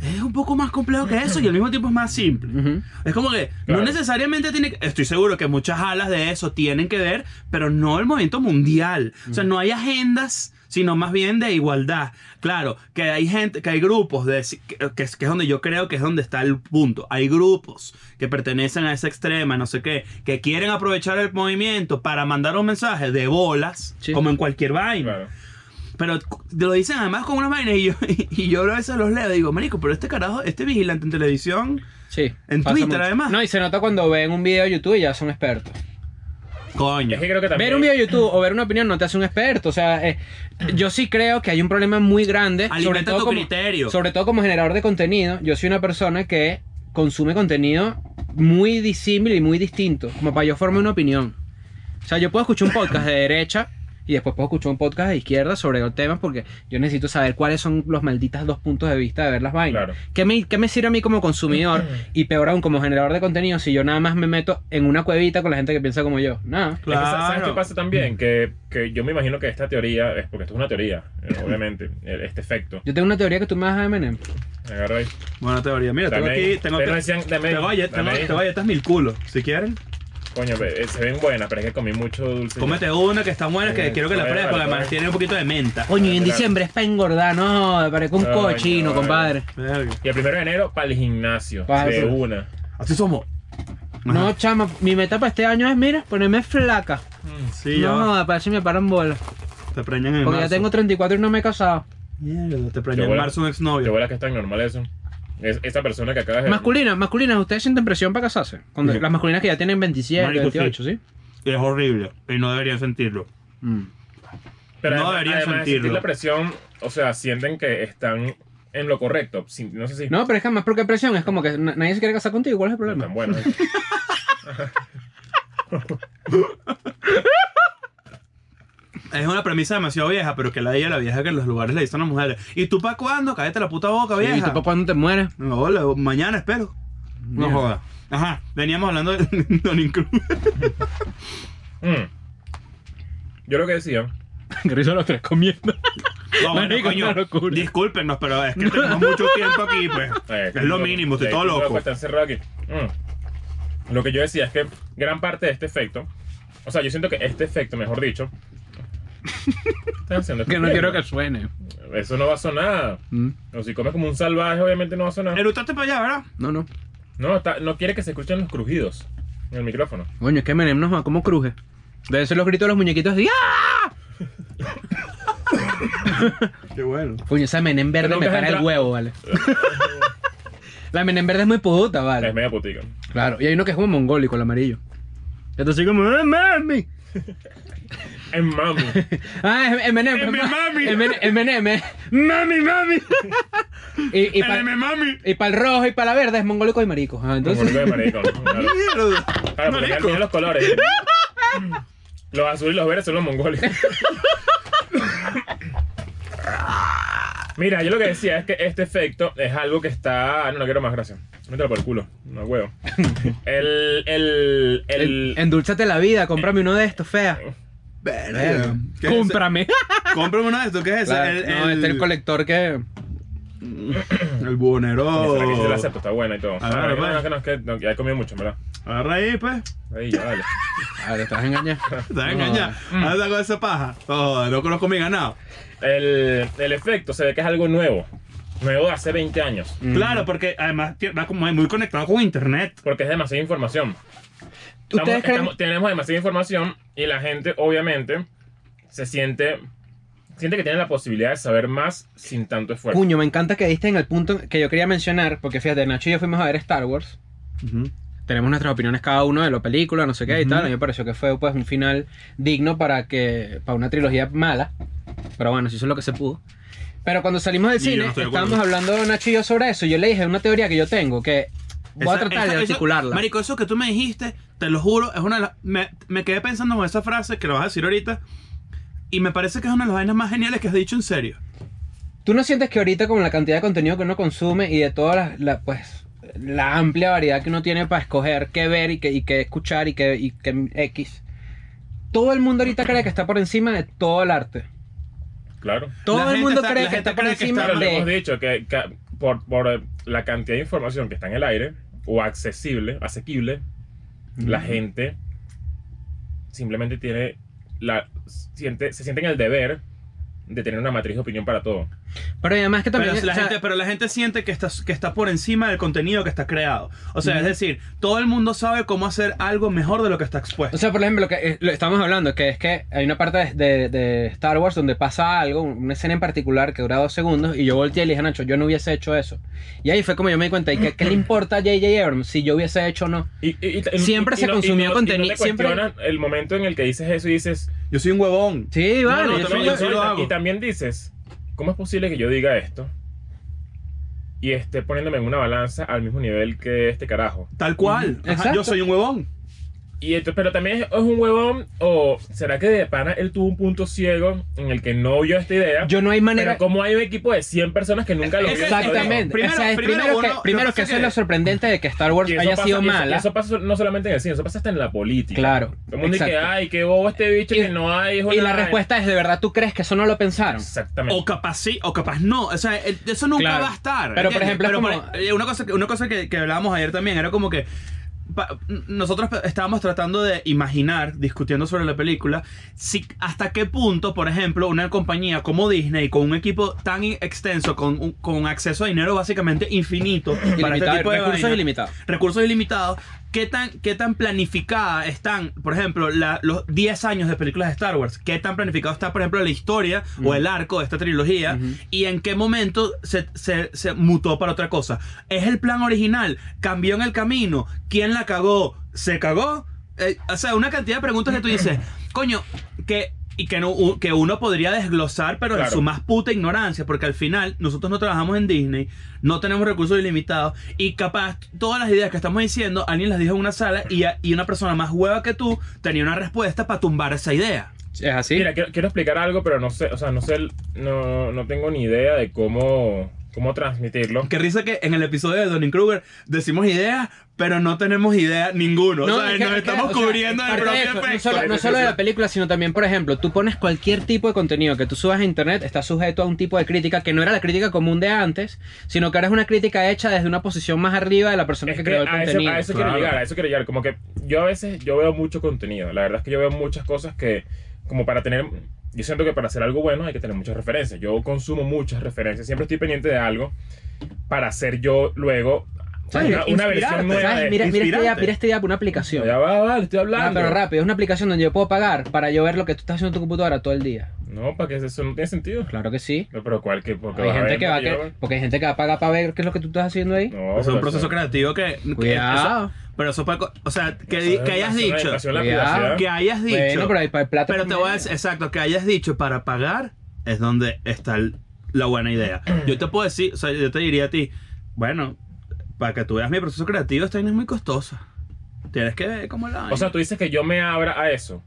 es un poco más complejo que eso y al mismo tiempo es más simple.
Ujú.
Es como que
Claro.
no necesariamente tiene que, estoy seguro que muchas alas de eso tienen que ver, pero no el movimiento mundial. O
Mm.
sea, no hay agendas, sino más bien de igualdad. Claro, que hay gente, que hay grupos de que, que es que es donde yo creo que es donde está el punto. Hay grupos que pertenecen a esa extrema, no sé qué, que quieren aprovechar el movimiento para mandar un mensaje de bolas,
Sí.
como en cualquier vaina.
Claro.
Pero cu- te lo dicen además con unas vainas y yo, y yo a veces los leo y digo, marico, pero este carajo, este vigilante en televisión,
Sí.
En
pasa
Twitter, además.
No, y se nota cuando ven un video de YouTube y ya son expertos.
coño.
Es que creo que también.
Ver un video de YouTube o ver una opinión no te hace un experto. O sea, eh, yo sí creo que hay un problema muy grande. sobre
Alimenta
todo
tu
como,
criterio.
Sobre todo como generador de contenido. Yo soy una persona que consume contenido muy disímil y muy distinto. Como para yo formar una opinión. O sea, yo puedo escuchar un podcast de derecha y después puedo escuchar un podcast de izquierda sobre temas porque yo necesito saber cuáles son los malditas dos puntos de vista de ver las vainas.
Claro.
¿Qué me, qué me sirve a mí como consumidor y peor aún como generador de contenido si yo nada más me meto en una cuevita con la gente que piensa como yo? Nada.
Es que, ¿Sabes
Claro.
qué pasa también? Que, que yo me imagino que esta teoría, es porque esto es una teoría, eh, obviamente, el- este efecto.
Yo tengo una teoría que tú me das a Eminem.
Agarra ahí.
Buena teoría. Mira, tengo
También-
aquí. Tengo
pero
te-
decían- dame-
te voy a-
dame
tengo-
ahí.
te voy a- estas mil culos, si quieren.
Coño, pe- eh, se ven buenas, pero es que comí mucho dulce.
Cómete una que está buena, que
Eh,
quiero que la
vale,
pruebes,
vale,
porque además
vale.
tiene un poquito de menta.
Coño, y en
Mira.
diciembre es para engordar, no, parezco un
Coño,
cochino,
vale.
compadre.
Verga.
Y el primero de enero para el gimnasio.
Pa'
de
eso.
una.
Así somos.
No,
Ajá.
chama, mi meta para este año es, mira, ponerme flaca.
Sí, ya.
no,
va.
para ver si me paran bolas.
Te preñan en
Porque
marzo.
ya tengo 34 y no me he casado.
Mierda, te
Qué
preñan en
buena-
marzo un
Te
exnovio.
vuelas que es tan normal eso. Es, esa persona que acabas de.
Masculinas, masculinas, ustedes sienten presión para casarse. Cuando-
Sí.
Las masculinas que ya tienen 27,
Marico,
28, ¿sí?
Es horrible. Y no deberían sentirlo.
Mm.
Pero
No
además-
deberían
además de sentir
sentirlo.
la presión, o sea, sienten que están en lo correcto. sin- no sé si.
No, pero es que más porque presión es como que na- nadie se quiere casar contigo, ¿cuál es el
no
problema?
están buenas.
Es una premisa demasiado vieja, pero que la de ella, la vieja que en los lugares le dicen a las mujeres. ¿Y tú pa' cuándo? Cállate la puta boca,
Sí,
vieja.
¿Y tú para cuándo te mueres?
No, hola, mañana espero. No
Mierda.
jodas. Ajá, veníamos hablando de Don Cruz.
Mm. Yo lo que decía.
Qué risa los tres comiendo.
No, bueno,
Marico,
coño,
una locura.
discúlpenos, pero es que tenemos mucho tiempo aquí, pues.
Eh,
es lo mínimo, estoy
eh,
todo loco.
Está encerrado aquí. Mm. Lo que yo decía es que gran parte de este efecto. O sea, yo siento que este efecto, mejor dicho. Estás haciendo
Que no quiero que suene.
Eso no va a sonar.
Mm.
O si comes como un salvaje, obviamente no va a sonar.
Eructaste para allá, ¿verdad?
No, no.
No, está- no quiere que se escuchen los crujidos en el micrófono.
Coño, es que Menem nos va como cruje. Debe ser los gritos de los muñequitos así. ¡Ah!
Qué bueno.
Coño, esa Menem verde
Pero
me
nunca
para el
entra-
huevo, ¿vale? la Menem verde es muy puta,
Es
¿vale?
media putica.
Claro, y hay uno que es como mongólico, el amarillo. Entonces como, ¡eh, mami!
Es mami.
Ah, es- es Menem.
¡Es mi mami!
Es Menem, es Menem, eh. ¡Mami, mami! y, y
¡El
pa-
M&M.
M mami!
Y para el rojo y para la verde es mongólico y marico. Ajá,
Como
entonces,
de marico. Claro,
¡Mierda!
Claro, porque
Marico.
cambian los colores. Los azules y los verdes son los mongoles. Mira, yo lo que decía es que este efecto es algo que está. ah, No, no quiero más, gracias. Mételo por el culo, no huevo. El. El. El.
endulzate la vida, cómprame uno de estos, fea.
Verga. ¿Qué es ese?
Cómprame.
Cómprame uno de estos, ¿qué es ese?
Claro,
el,
no, este es el colector que.
el
Será que se
buhonero.
la acepto, está buena y todo.
A ver,
Ah, no,
pues.
no, que no, es que no, ya he comido mucho, ¿verdad?
Agarra ahí, pues.
Ahí, ya, dale.
Ahora estás engañado.
Te vas a engañar.
Mm.
Anda con esa paja. Oh, no conozco mi ganado.
El, el efecto se ve que es algo nuevo. Nuevo de hace 20 años.
Mm.
Claro, porque además tie- va como muy conectado con internet.
Porque es demasiada información. Estamos-
¿Ustedes creen?
estamos- tenemos demasiada información y la gente, obviamente, se siente. Siente que tiene la posibilidad de saber más sin tanto esfuerzo.
Cuño, me encanta que diste en el punto que yo quería mencionar, porque fíjate, Nacho y yo fuimos a ver Star Wars. Tenemos nuestras opiniones cada uno de la película, no sé qué y tal. A mí me pareció que fue pues, un final digno para que para una trilogía mala. Pero bueno, se hizo lo que se pudo. Pero cuando salimos del
Y yo
cine,
no estoy de acuerdo.
estábamos hablando Nacho y yo sobre eso. y Yo le dije una teoría que yo tengo, que voy a
Esa-
tratar
esa-
de
eso-
articularla.
marico, eso que tú me dijiste, te lo juro, es una de las- me, me quedé pensando con esa frase que lo vas a decir ahorita. Y me parece que es una de las vainas más geniales que has dicho en serio.
¿Tú no sientes que ahorita con la cantidad de contenido que uno consume y de todas las, la- pues, la amplia variedad que uno tiene para escoger qué ver y qué, y qué escuchar y qué, y qué X, todo el mundo ahorita cree que está por encima de todo el arte.
Claro.
Todo
La
el
gente
mundo
está-
cree
la
que
gente
está por
cree que
encima
Claro, le
de...
hemos dicho que, que por, por, eh, la cantidad de información que está en el aire o accesible, asequible, la gente simplemente tiene la siente se siente en el deber de tener una matriz de opinión para todo.
Pero además que también...
Pero la,
o sea,
gente, pero la gente siente que está, que está por encima del contenido que está creado. O sea,
Ujú.
es decir, todo el mundo sabe cómo hacer algo mejor de lo que está expuesto.
O sea, por ejemplo, lo que eh, lo estamos hablando, que es que hay una parte de, de- de Star Wars donde pasa algo, un- una escena en particular que dura dos segundos, y yo volteé y le dije, Nacho, yo no hubiese hecho eso. Y ahí fue como yo me di cuenta, ¿y qué, qué le importa a J.J. Abrams si yo hubiese hecho o no?
Y, y- y-
Siempre
y- y
se consumió
y
contenido,
Y no te
siempre-
cuestionas el momento en el que dices eso y dices,
yo soy un huevón.
Sí,
No,
vale.
no,
yo
también
soy-
yo
y-
sí lo
y-
hago.
Y también dices, ¿cómo es posible que yo diga esto? Y esté poniéndome en una balanza al mismo nivel que este carajo.
Tal cual.
Ujú,
Ajá,
exacto.
yo soy un huevón.
Y esto, pero también es, es un huevón, o será que de pana él tuvo un punto ciego en el que no vio esta idea.
Yo no hay manera.
pero como hay un equipo de 100 personas que nunca lo vio.
Exactamente.
Primero-
O sea, es
primero
primero, que,
uno-
primero
lo que
que
pasa
eso es
que-
lo sorprendente de que Star Wars
Y eso
haya
pasa-
sido
y eso-
mala.
Eso, pasa no solamente en el cine, eso pasa hasta en la política.
claro.
Todo el mundo dice que,
exacto.
ay, qué bobo este bicho,
Y-
que no hay. hijo
y
de
la
madre".
respuesta es, ¿de verdad tú crees que eso no lo pensaron?
Exactamente.
O capaz sí, o capaz no. O sea, el- eso nunca
Claro.
va a
Pero,
estar.
por
¿entiendes?
ejemplo, es
Pero,
como-
por- eh, una cosa, que- una cosa que, que hablábamos ayer también era como que pa- nosotros pe- estábamos tratando de imaginar, discutiendo sobre la película, si hasta qué punto, por ejemplo, una compañía como Disney, con un equipo tan in- extenso, con, un- con acceso a dinero básicamente infinito, para este
Ilimitado,
tipo de
recursos
vainas,
ilimitados.
recursos ilimitados, ¿qué tan, qué tan planificada están, por ejemplo, la- los 10 años de películas de Star Wars? ¿Qué tan planificado está, por ejemplo, la historia o el arco de esta trilogía?
Ujú.
¿Y en qué momento se, se- se mutó para otra cosa? ¿Es el plan original? ¿Cambió en el camino? ¿Quién la cagó? ¿Se cagó? Eh, o sea, una cantidad de preguntas que tú dices, coño, que... Y que, no, u- que uno podría desglosar, pero en
Claro.
su más puta ignorancia, porque al final nosotros no trabajamos en Disney, no tenemos recursos ilimitados y capaz todas las ideas que estamos diciendo, alguien las dijo en una sala y, a- y una persona más hueva que tú tenía una respuesta para tumbar esa idea.
¿Es así?
Mira, quiero, quiero explicar algo, pero no sé, o sea, no sé, el- no, no tengo ni idea de cómo, cómo transmitirlo.
Qué risa que en el episodio de Donning Kruger decimos ideas, pero no tenemos idea ninguno. o sea,
es que-
nos
es que,
estamos
o sea,
cubriendo del
aparte de
propio
eso, no
efecto.
solo, no solo de la película, sino también, por ejemplo, tú pones cualquier tipo de contenido que tú subas a internet, está sujeto a un tipo de crítica que no era la crítica común de antes, sino que ahora es una crítica hecha desde una posición más arriba de la persona
Es
que
que
creó el
a eso,
contenido.
a eso
claro.
quiero llegar, a eso quiero llegar. Como que yo a veces yo veo mucho contenido. La verdad es que yo veo muchas cosas que, como para tener. Yo siento que para hacer algo bueno hay que tener muchas referencias. Yo consumo muchas referencias. Siempre estoy pendiente de algo para hacer yo luego
¿Sabes?
una, una
Inspirarte,
versión nueva.
¿Sabes?
de-
Mira, mira esta idea,
inspirante.
mira esta idea para una aplicación.
Ya va, vale, estoy
Ah,
hablando.
pero rápido, es una aplicación donde yo puedo pagar para yo ver lo que tú estás haciendo en tu computadora todo el día.
No, para que eso no tiene sentido.
Claro que sí.
No, pero cuál que porque
hay
vas a
gente
ver,
que va a
porque yo-
que- porque hay gente que va a pagar para ver qué es lo que tú estás haciendo ahí.
No,
Eso es un
pero
proceso creativo que... que
Cuidado.
eso- pero eso puede... co- O sea, que,
eso es
que hayas
una
dicho...
invasión a la
Cuidado.
privacidad.
Que hayas dicho...
Bueno, pero hay pa- plata.
Pero
por
te voy a
medio.
decir, exacto, que hayas dicho para pagar es donde está el- la buena idea. Yo te puedo decir, o sea, yo te diría a ti, bueno, para que tú veas mi proceso creativo, esta vaina es muy costosa. Tienes que ver cómo la.
O sea, tú dices que yo me abra a eso.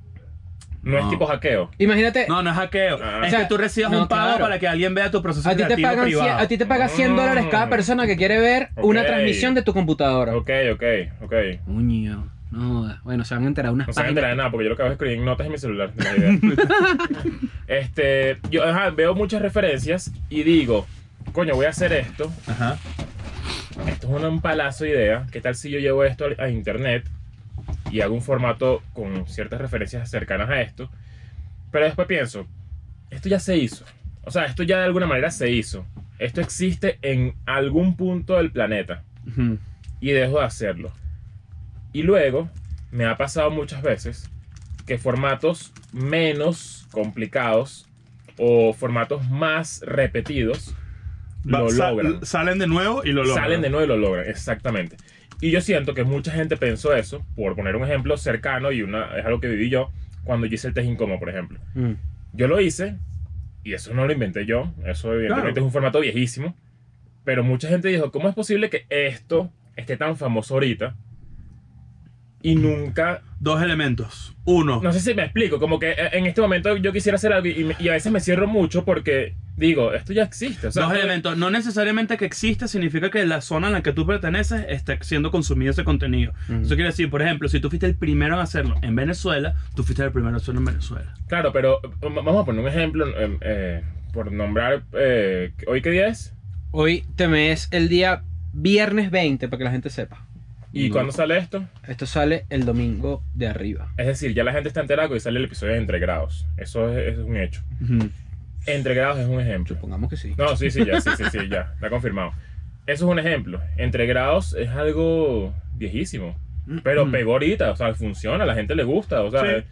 No, es
No.
tipo hackeo.
Imagínate,
no, no es hackeo.
Ah.
Es que tú recibas
No,
un pago
claro.
para que alguien vea tu proceso
a ti, te
creativo
pagan cien-
privado.
a ti te pagan 100 dólares cada
Mm.
persona que quiere ver una
Ok.
transmisión de tu computadora.
Ok, ok, ok.
Coño, no jodas. Bueno, se van a enterar unas
No se
páginas.
de nada, porque yo lo que hago es escribir en notas en mi celular. no hay idea. este, yo ajá, veo muchas referencias y digo, coño, voy a hacer esto.
Ajá.
Esto es una- un palazo de idea. ¿Qué tal si yo llevo esto al- a internet y hago un formato con ciertas referencias cercanas a esto? Pero después pienso, esto ya se hizo. O sea, esto ya de alguna manera se hizo. Esto existe en algún punto del planeta
Ujú.
y dejo de hacerlo. Y luego me ha pasado muchas veces que formatos menos complicados o formatos más repetidos
Va-
lo
sa-
logran.
Salen de nuevo y lo logran.
Salen de nuevo y lo logran, exactamente. Y yo siento que mucha gente pensó eso, por poner un ejemplo cercano y una, es algo que viví yo cuando yo hice el test incómodo, por ejemplo.
Mm.
Yo lo hice y eso no lo inventé yo, eso evidentemente
Claro.
es un formato viejísimo, pero mucha gente dijo, ¿cómo es posible que esto esté tan famoso ahorita? Y nunca,
Dos elementos. Uno.
no sé si me explico, como que eh, en este momento yo quisiera hacer algo y, me- y a veces me cierro mucho porque digo, esto ya existe. O sea,
Dos
esto-
elementos. No necesariamente que exista significa que la zona en la que tú perteneces está siendo consumido ese contenido.
Ujú.
Eso quiere decir, por ejemplo, si tú fuiste el primero en hacerlo en Venezuela, tú fuiste el primero en hacerlo en Venezuela.
Claro, pero eh, vamos a poner un ejemplo, eh, eh, por nombrar, eh, ¿hoy qué día es?
Hoy te me es el día viernes 20, para que la gente sepa.
¿Y
No.
cuándo sale esto?
Esto sale el domingo de arriba.
Es decir, ya la gente está enterada que hoy sale el episodio de Entre Grados. Eso es, es un hecho. Entre Grados es un ejemplo.
Supongamos que sí.
No, sí, sí, ya, sí, sí, sí, ya, está confirmado. Eso es un ejemplo. Entre grados es algo viejísimo, pero
Mm.
pegó ahorita, o sea, funciona, a la gente le gusta, o sea,
Sí.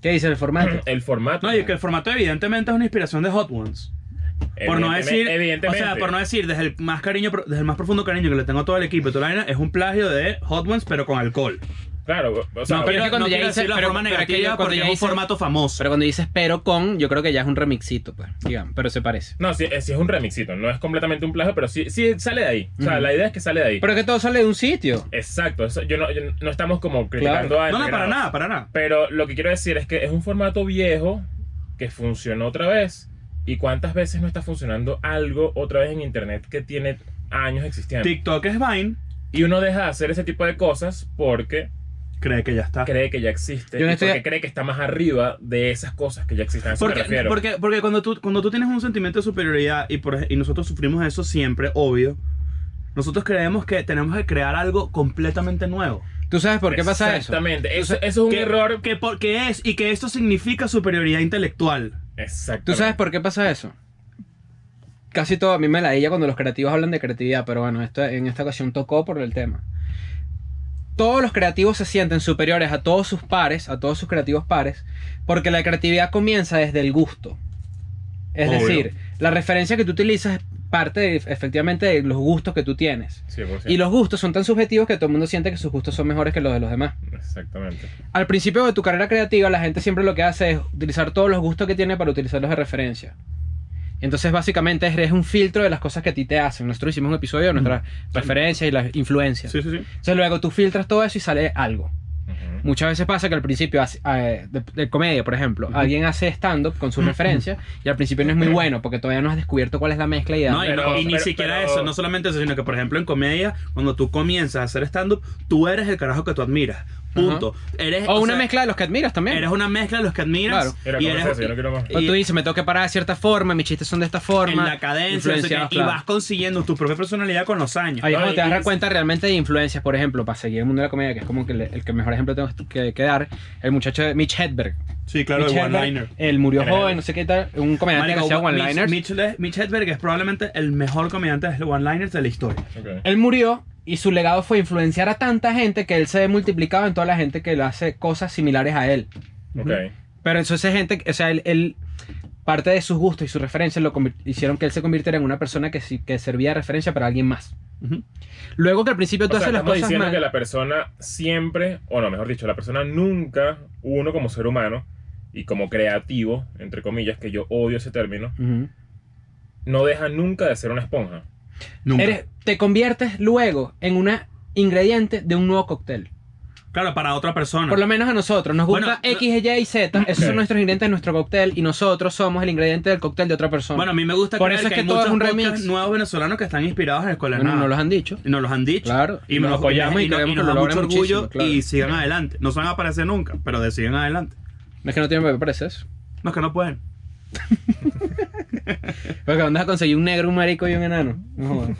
¿Qué dice el formato?
el formato.
No, y que el formato evidentemente es una inspiración de Hot Ones. Por no
Evidentemente-
decir, o
evidentemente.
sea, por no decir desde el más cariño, pro- desde el más profundo cariño que le tengo a todo el equipo, y toda la vaina, es un plagio de Hot Ones pero con alcohol.
Claro, o sea,
no, pero es que cuando ya
dice-
decir la
pero-
forma
pero es que
negativa
yo cuando
porque
ya
es un
dice-
formato famoso.
Pero cuando dices pero con, yo creo que ya es un remixito, pues, digamos, pero se parece.
no, sí, es sí es un remixito, no es completamente un plagio, pero sí, sí sale de ahí. O sea,
Ujú.
la idea es que sale de ahí.
Pero es que todo sale de un sitio.
Exacto, eso- yo no, yo no- no estamos como criticando a
no, no,
Eminem,
para nada, para nada.
Pero lo que quiero decir es que es un formato viejo que funcionó otra vez. ¿Y cuántas veces no está funcionando algo otra vez en internet que tiene años existiendo?
TikTok es Vine,
Y uno deja de hacer ese tipo de cosas porque
cree que ya está.
cree que ya existe.
Yo no
y
estoy-
porque cree que está más arriba de esas cosas que ya existen. A eso me
Porque,
refiero.
porque, porque cuando, tú, cuando tú tienes un sentimiento de superioridad y, por ej- y nosotros sufrimos eso siempre, obvio, nosotros creemos que tenemos que crear algo completamente nuevo.
¿Tú sabes por qué pasa eso?
Exactamente. Eso, eso es un
que,
error.
Que, por- que es y que esto significa superioridad intelectual.
Exacto.
¿Tú sabes por qué pasa eso? Casi todo, a mí me la ella cuando los creativos hablan de creatividad, pero bueno, esto, en esta ocasión tocó por el tema. Todos los creativos se sienten superiores a todos sus pares, a todos sus creativos pares, porque la creatividad comienza desde el gusto. Es
Obvio.
decir, la referencia que tú utilizas es parte de- efectivamente de los gustos que tú tienes. Y los gustos son tan subjetivos que todo el mundo siente que sus gustos son mejores que los de los demás.
Exactamente.
Al principio de tu carrera creativa, la gente siempre lo que hace es utilizar todos los gustos que tiene para utilizarlos de referencia. Entonces, básicamente, eres un filtro de las cosas que a ti te hacen. Nosotros hicimos un episodio de nuestras referencias y las influencias.
Sí, sí, sí.
Entonces, luego tú filtras todo eso y sale algo.
Ujú.
Muchas veces pasa que al principio, hace- eh, de, de comedia, por ejemplo, alguien hace stand-up con sus referencias y al principio no es muy bueno porque todavía no has descubierto cuál es la mezcla y
No, y,
Pero-
no- y ni
pero-
siquiera
pero-
eso, no solamente eso, sino que por ejemplo en comedia, cuando tú comienzas a hacer stand-up, tú eres el carajo que tú admiras. Punto. Eres,
O
o
una
sea,
mezcla de los que admiras también.
Eres una mezcla de los que admiras.
Era
y
como
eres,
eso, yo no quiero más.
O tú dices, me tengo que parar de cierta forma, mis chistes son de esta forma.
en la cadencia, no sé qué,
influenciados,
y
claro.
vas consiguiendo tu propia personalidad con los años.
Ahí es
No,
cuando
y-
te vas a
y-
dar cuenta realmente de influencias. Por ejemplo, para seguir el mundo de la comedia, que es como que le- el que mejor ejemplo tengo que, que dar, el muchacho de Mitch Hedberg.
sí, claro,
Mitch
el
Hedberg,
one-liner.
Él murió
Era
joven,
él.
no sé qué tal. Un comediante que
Marico,
hacía
Mitch-
one-liners.
Mitch, Mitch Hedberg es probablemente el mejor comediante de one-liners de la historia.
Ok.
Él murió y su legado fue influenciar a tanta gente que él se ve multiplicado en toda la gente que le hace cosas similares a él.
Ok.
eh, Pero entonces gente, o sea, él, él- parte de sus gustos y sus referencias lo convir- hicieron que él se convirtiera en una persona que, sí- que servía de referencia para alguien más.
Ujú.
Luego que al principio tú
O sea,
haces las
estamos
cosas
diciendo
mal-
que la persona siempre, o no, mejor dicho, la persona nunca, uno como ser humano y como creativo, entre comillas, que yo odio ese término,
Ujú.
no deja nunca de ser una esponja.
Nunca.
Eres- te conviertes luego en una ingrediente de un nuevo cóctel.
Claro, para otra persona.
Por lo menos a nosotros. Nos gusta
Bueno, no-
X, Y y Z. Esos
Ok.
son nuestros ingredientes de nuestro cóctel. Y nosotros somos el ingrediente del cóctel de otra persona.
Bueno, a mí me gusta
Por
creer
eso es que
hay
todo es
muchos
un
podcasts
remix.
nuevos venezolanos que están inspirados en la escuela de
Bueno,
nada.
no los han dicho.
Y nos los han dicho.
Claro.
Y,
Y
nos
nos apoyamos
apoyamos
y
y, no-
queremos
y
que
nos
lo
da mucho
logren
orgullo
muchísimo, claro.
y sigan adelante. No se van a aparecer nunca, pero de sigan adelante.
No es que no tienen para parece eso.
No es que no pueden.
Porque andas a conseguir un negro, un marico y un enano. No jodas.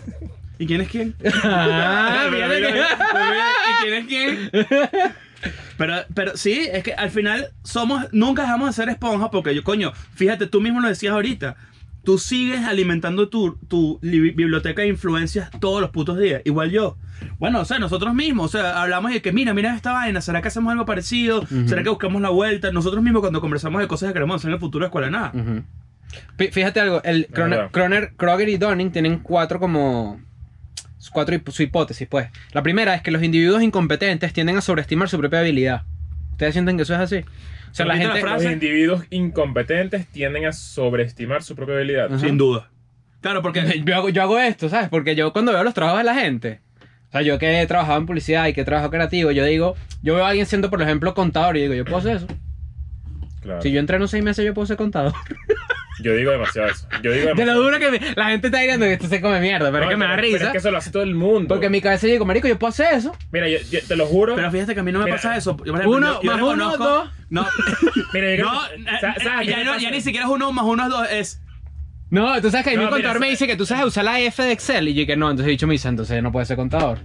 ¿Y quién es quién?
ah,
Mira,
fíjate
mira,
que-
mira, mira, ¿Y quién es quién? Pero, pero sí, es que al final somos, nunca dejamos de ser esponja porque yo, coño, fíjate, tú mismo lo decías ahorita. Tú sigues alimentando tu, tu li- biblioteca de influencias todos los putos días. Igual yo. Bueno, o sea, nosotros mismos. O sea, hablamos de que, mira, mira esta vaina. ¿Será que hacemos algo parecido? ¿Será que buscamos la vuelta? Nosotros mismos cuando conversamos de cosas que queremos hacer en el futuro de Escuela de Nada.
Ujú. Fí- Fíjate algo, el
Ah,
Croner,
verdad.
Croner- Kroger y Donning tienen cuatro como cuatro hip- su hipótesis, pues. La primera es que los individuos incompetentes tienden a sobreestimar su propia habilidad. ¿Ustedes sienten que eso es así? O sea, la
Repite
gente
la
Los
frase.
individuos incompetentes tienden a sobreestimar su propia habilidad.
Ajá.
Sin duda. Claro, porque...
yo hago, yo hago esto, ¿sabes? Porque yo cuando veo los trabajos de la gente, o sea, yo que he trabajado en publicidad y que he trabajado creativo, yo digo, yo veo a alguien siendo, por ejemplo, contador y digo, yo puedo hacer eso.
Claro.
Si yo entreno seis meses, yo puedo ser contador.
Yo digo demasiado eso. Yo digo
Te lo
demasiado.
juro que me- la gente está diciendo que esto se come mierda, pero
No,
es que me da
pero
risa.
es que eso lo hace todo el mundo.
Porque en mi cabeza yo digo, marico, yo puedo hacer eso.
Mira, yo, yo te lo juro.
Pero fíjate que a mí no me
Mira.
pasa eso. Yo, por
Uno más
no
uno,
conozco-
dos.
No.
mira, yo
No,
creo-
eh,
sa- ¿sabes
eh,
qué
ya, no-
pasa?
ya ni siquiera es uno más uno es dos, es...
No, tú sabes que a mí
No,
mi contador
mira,
me dice que tú sabes usar la F de Excel. Y yo que no, entonces el bicho me dice, entonces no puedes ser contador.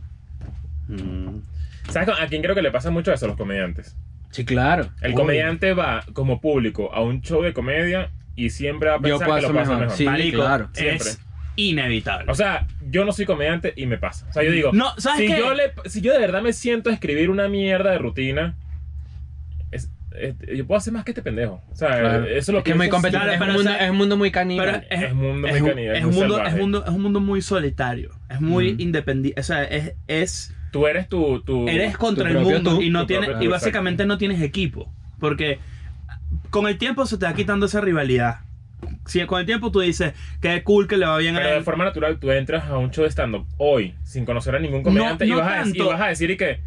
¿Sabes con- a quién creo que le pasa mucho eso a los comediantes?
Sí, claro.
El
Obvio.
comediante va como público a un show de comedia y siempre va a
Yo
pensar
puedo
que
hacer
lo pasa
mejor.
mejor.
Sí,
Marico,
claro.
es
Siempre.
inevitable.
O sea, yo no soy comediante y me pasa. O sea, yo digo,
No, ¿sabes
si,
qué?
Yo le, si yo de verdad me siento a escribir una mierda de rutina, es- es- yo puedo hacer más que este pendejo. O sea,
Claro.
eso es lo
Es que es muy
pienso
competente.
Claro,
es, un
pero,
mundo,
o sea,
es un mundo muy caníbal.
pero es,
es mundo
es
muy
un-
canino, es
es
muy
un mundo,
salvaje.
es un mundo- es un mundo muy solitario. Es muy
Ujú.
independiente. O sea, es, es
Tú eres tu. tu
Eres contra
tu
el
propio
mundo
tú,
y no
tu
tienes
propio tú,
y básicamente no tienes equipo, porque con el tiempo se te va quitando esa rivalidad. Si con el tiempo tú dices, qué cool que le va bien a
Pero de
él.
forma natural, tú entras a un show de stand-up hoy, sin conocer a ningún comediante,
No,
y,
no
vas a, decir- y
tanto. Eh,
vas a decir y que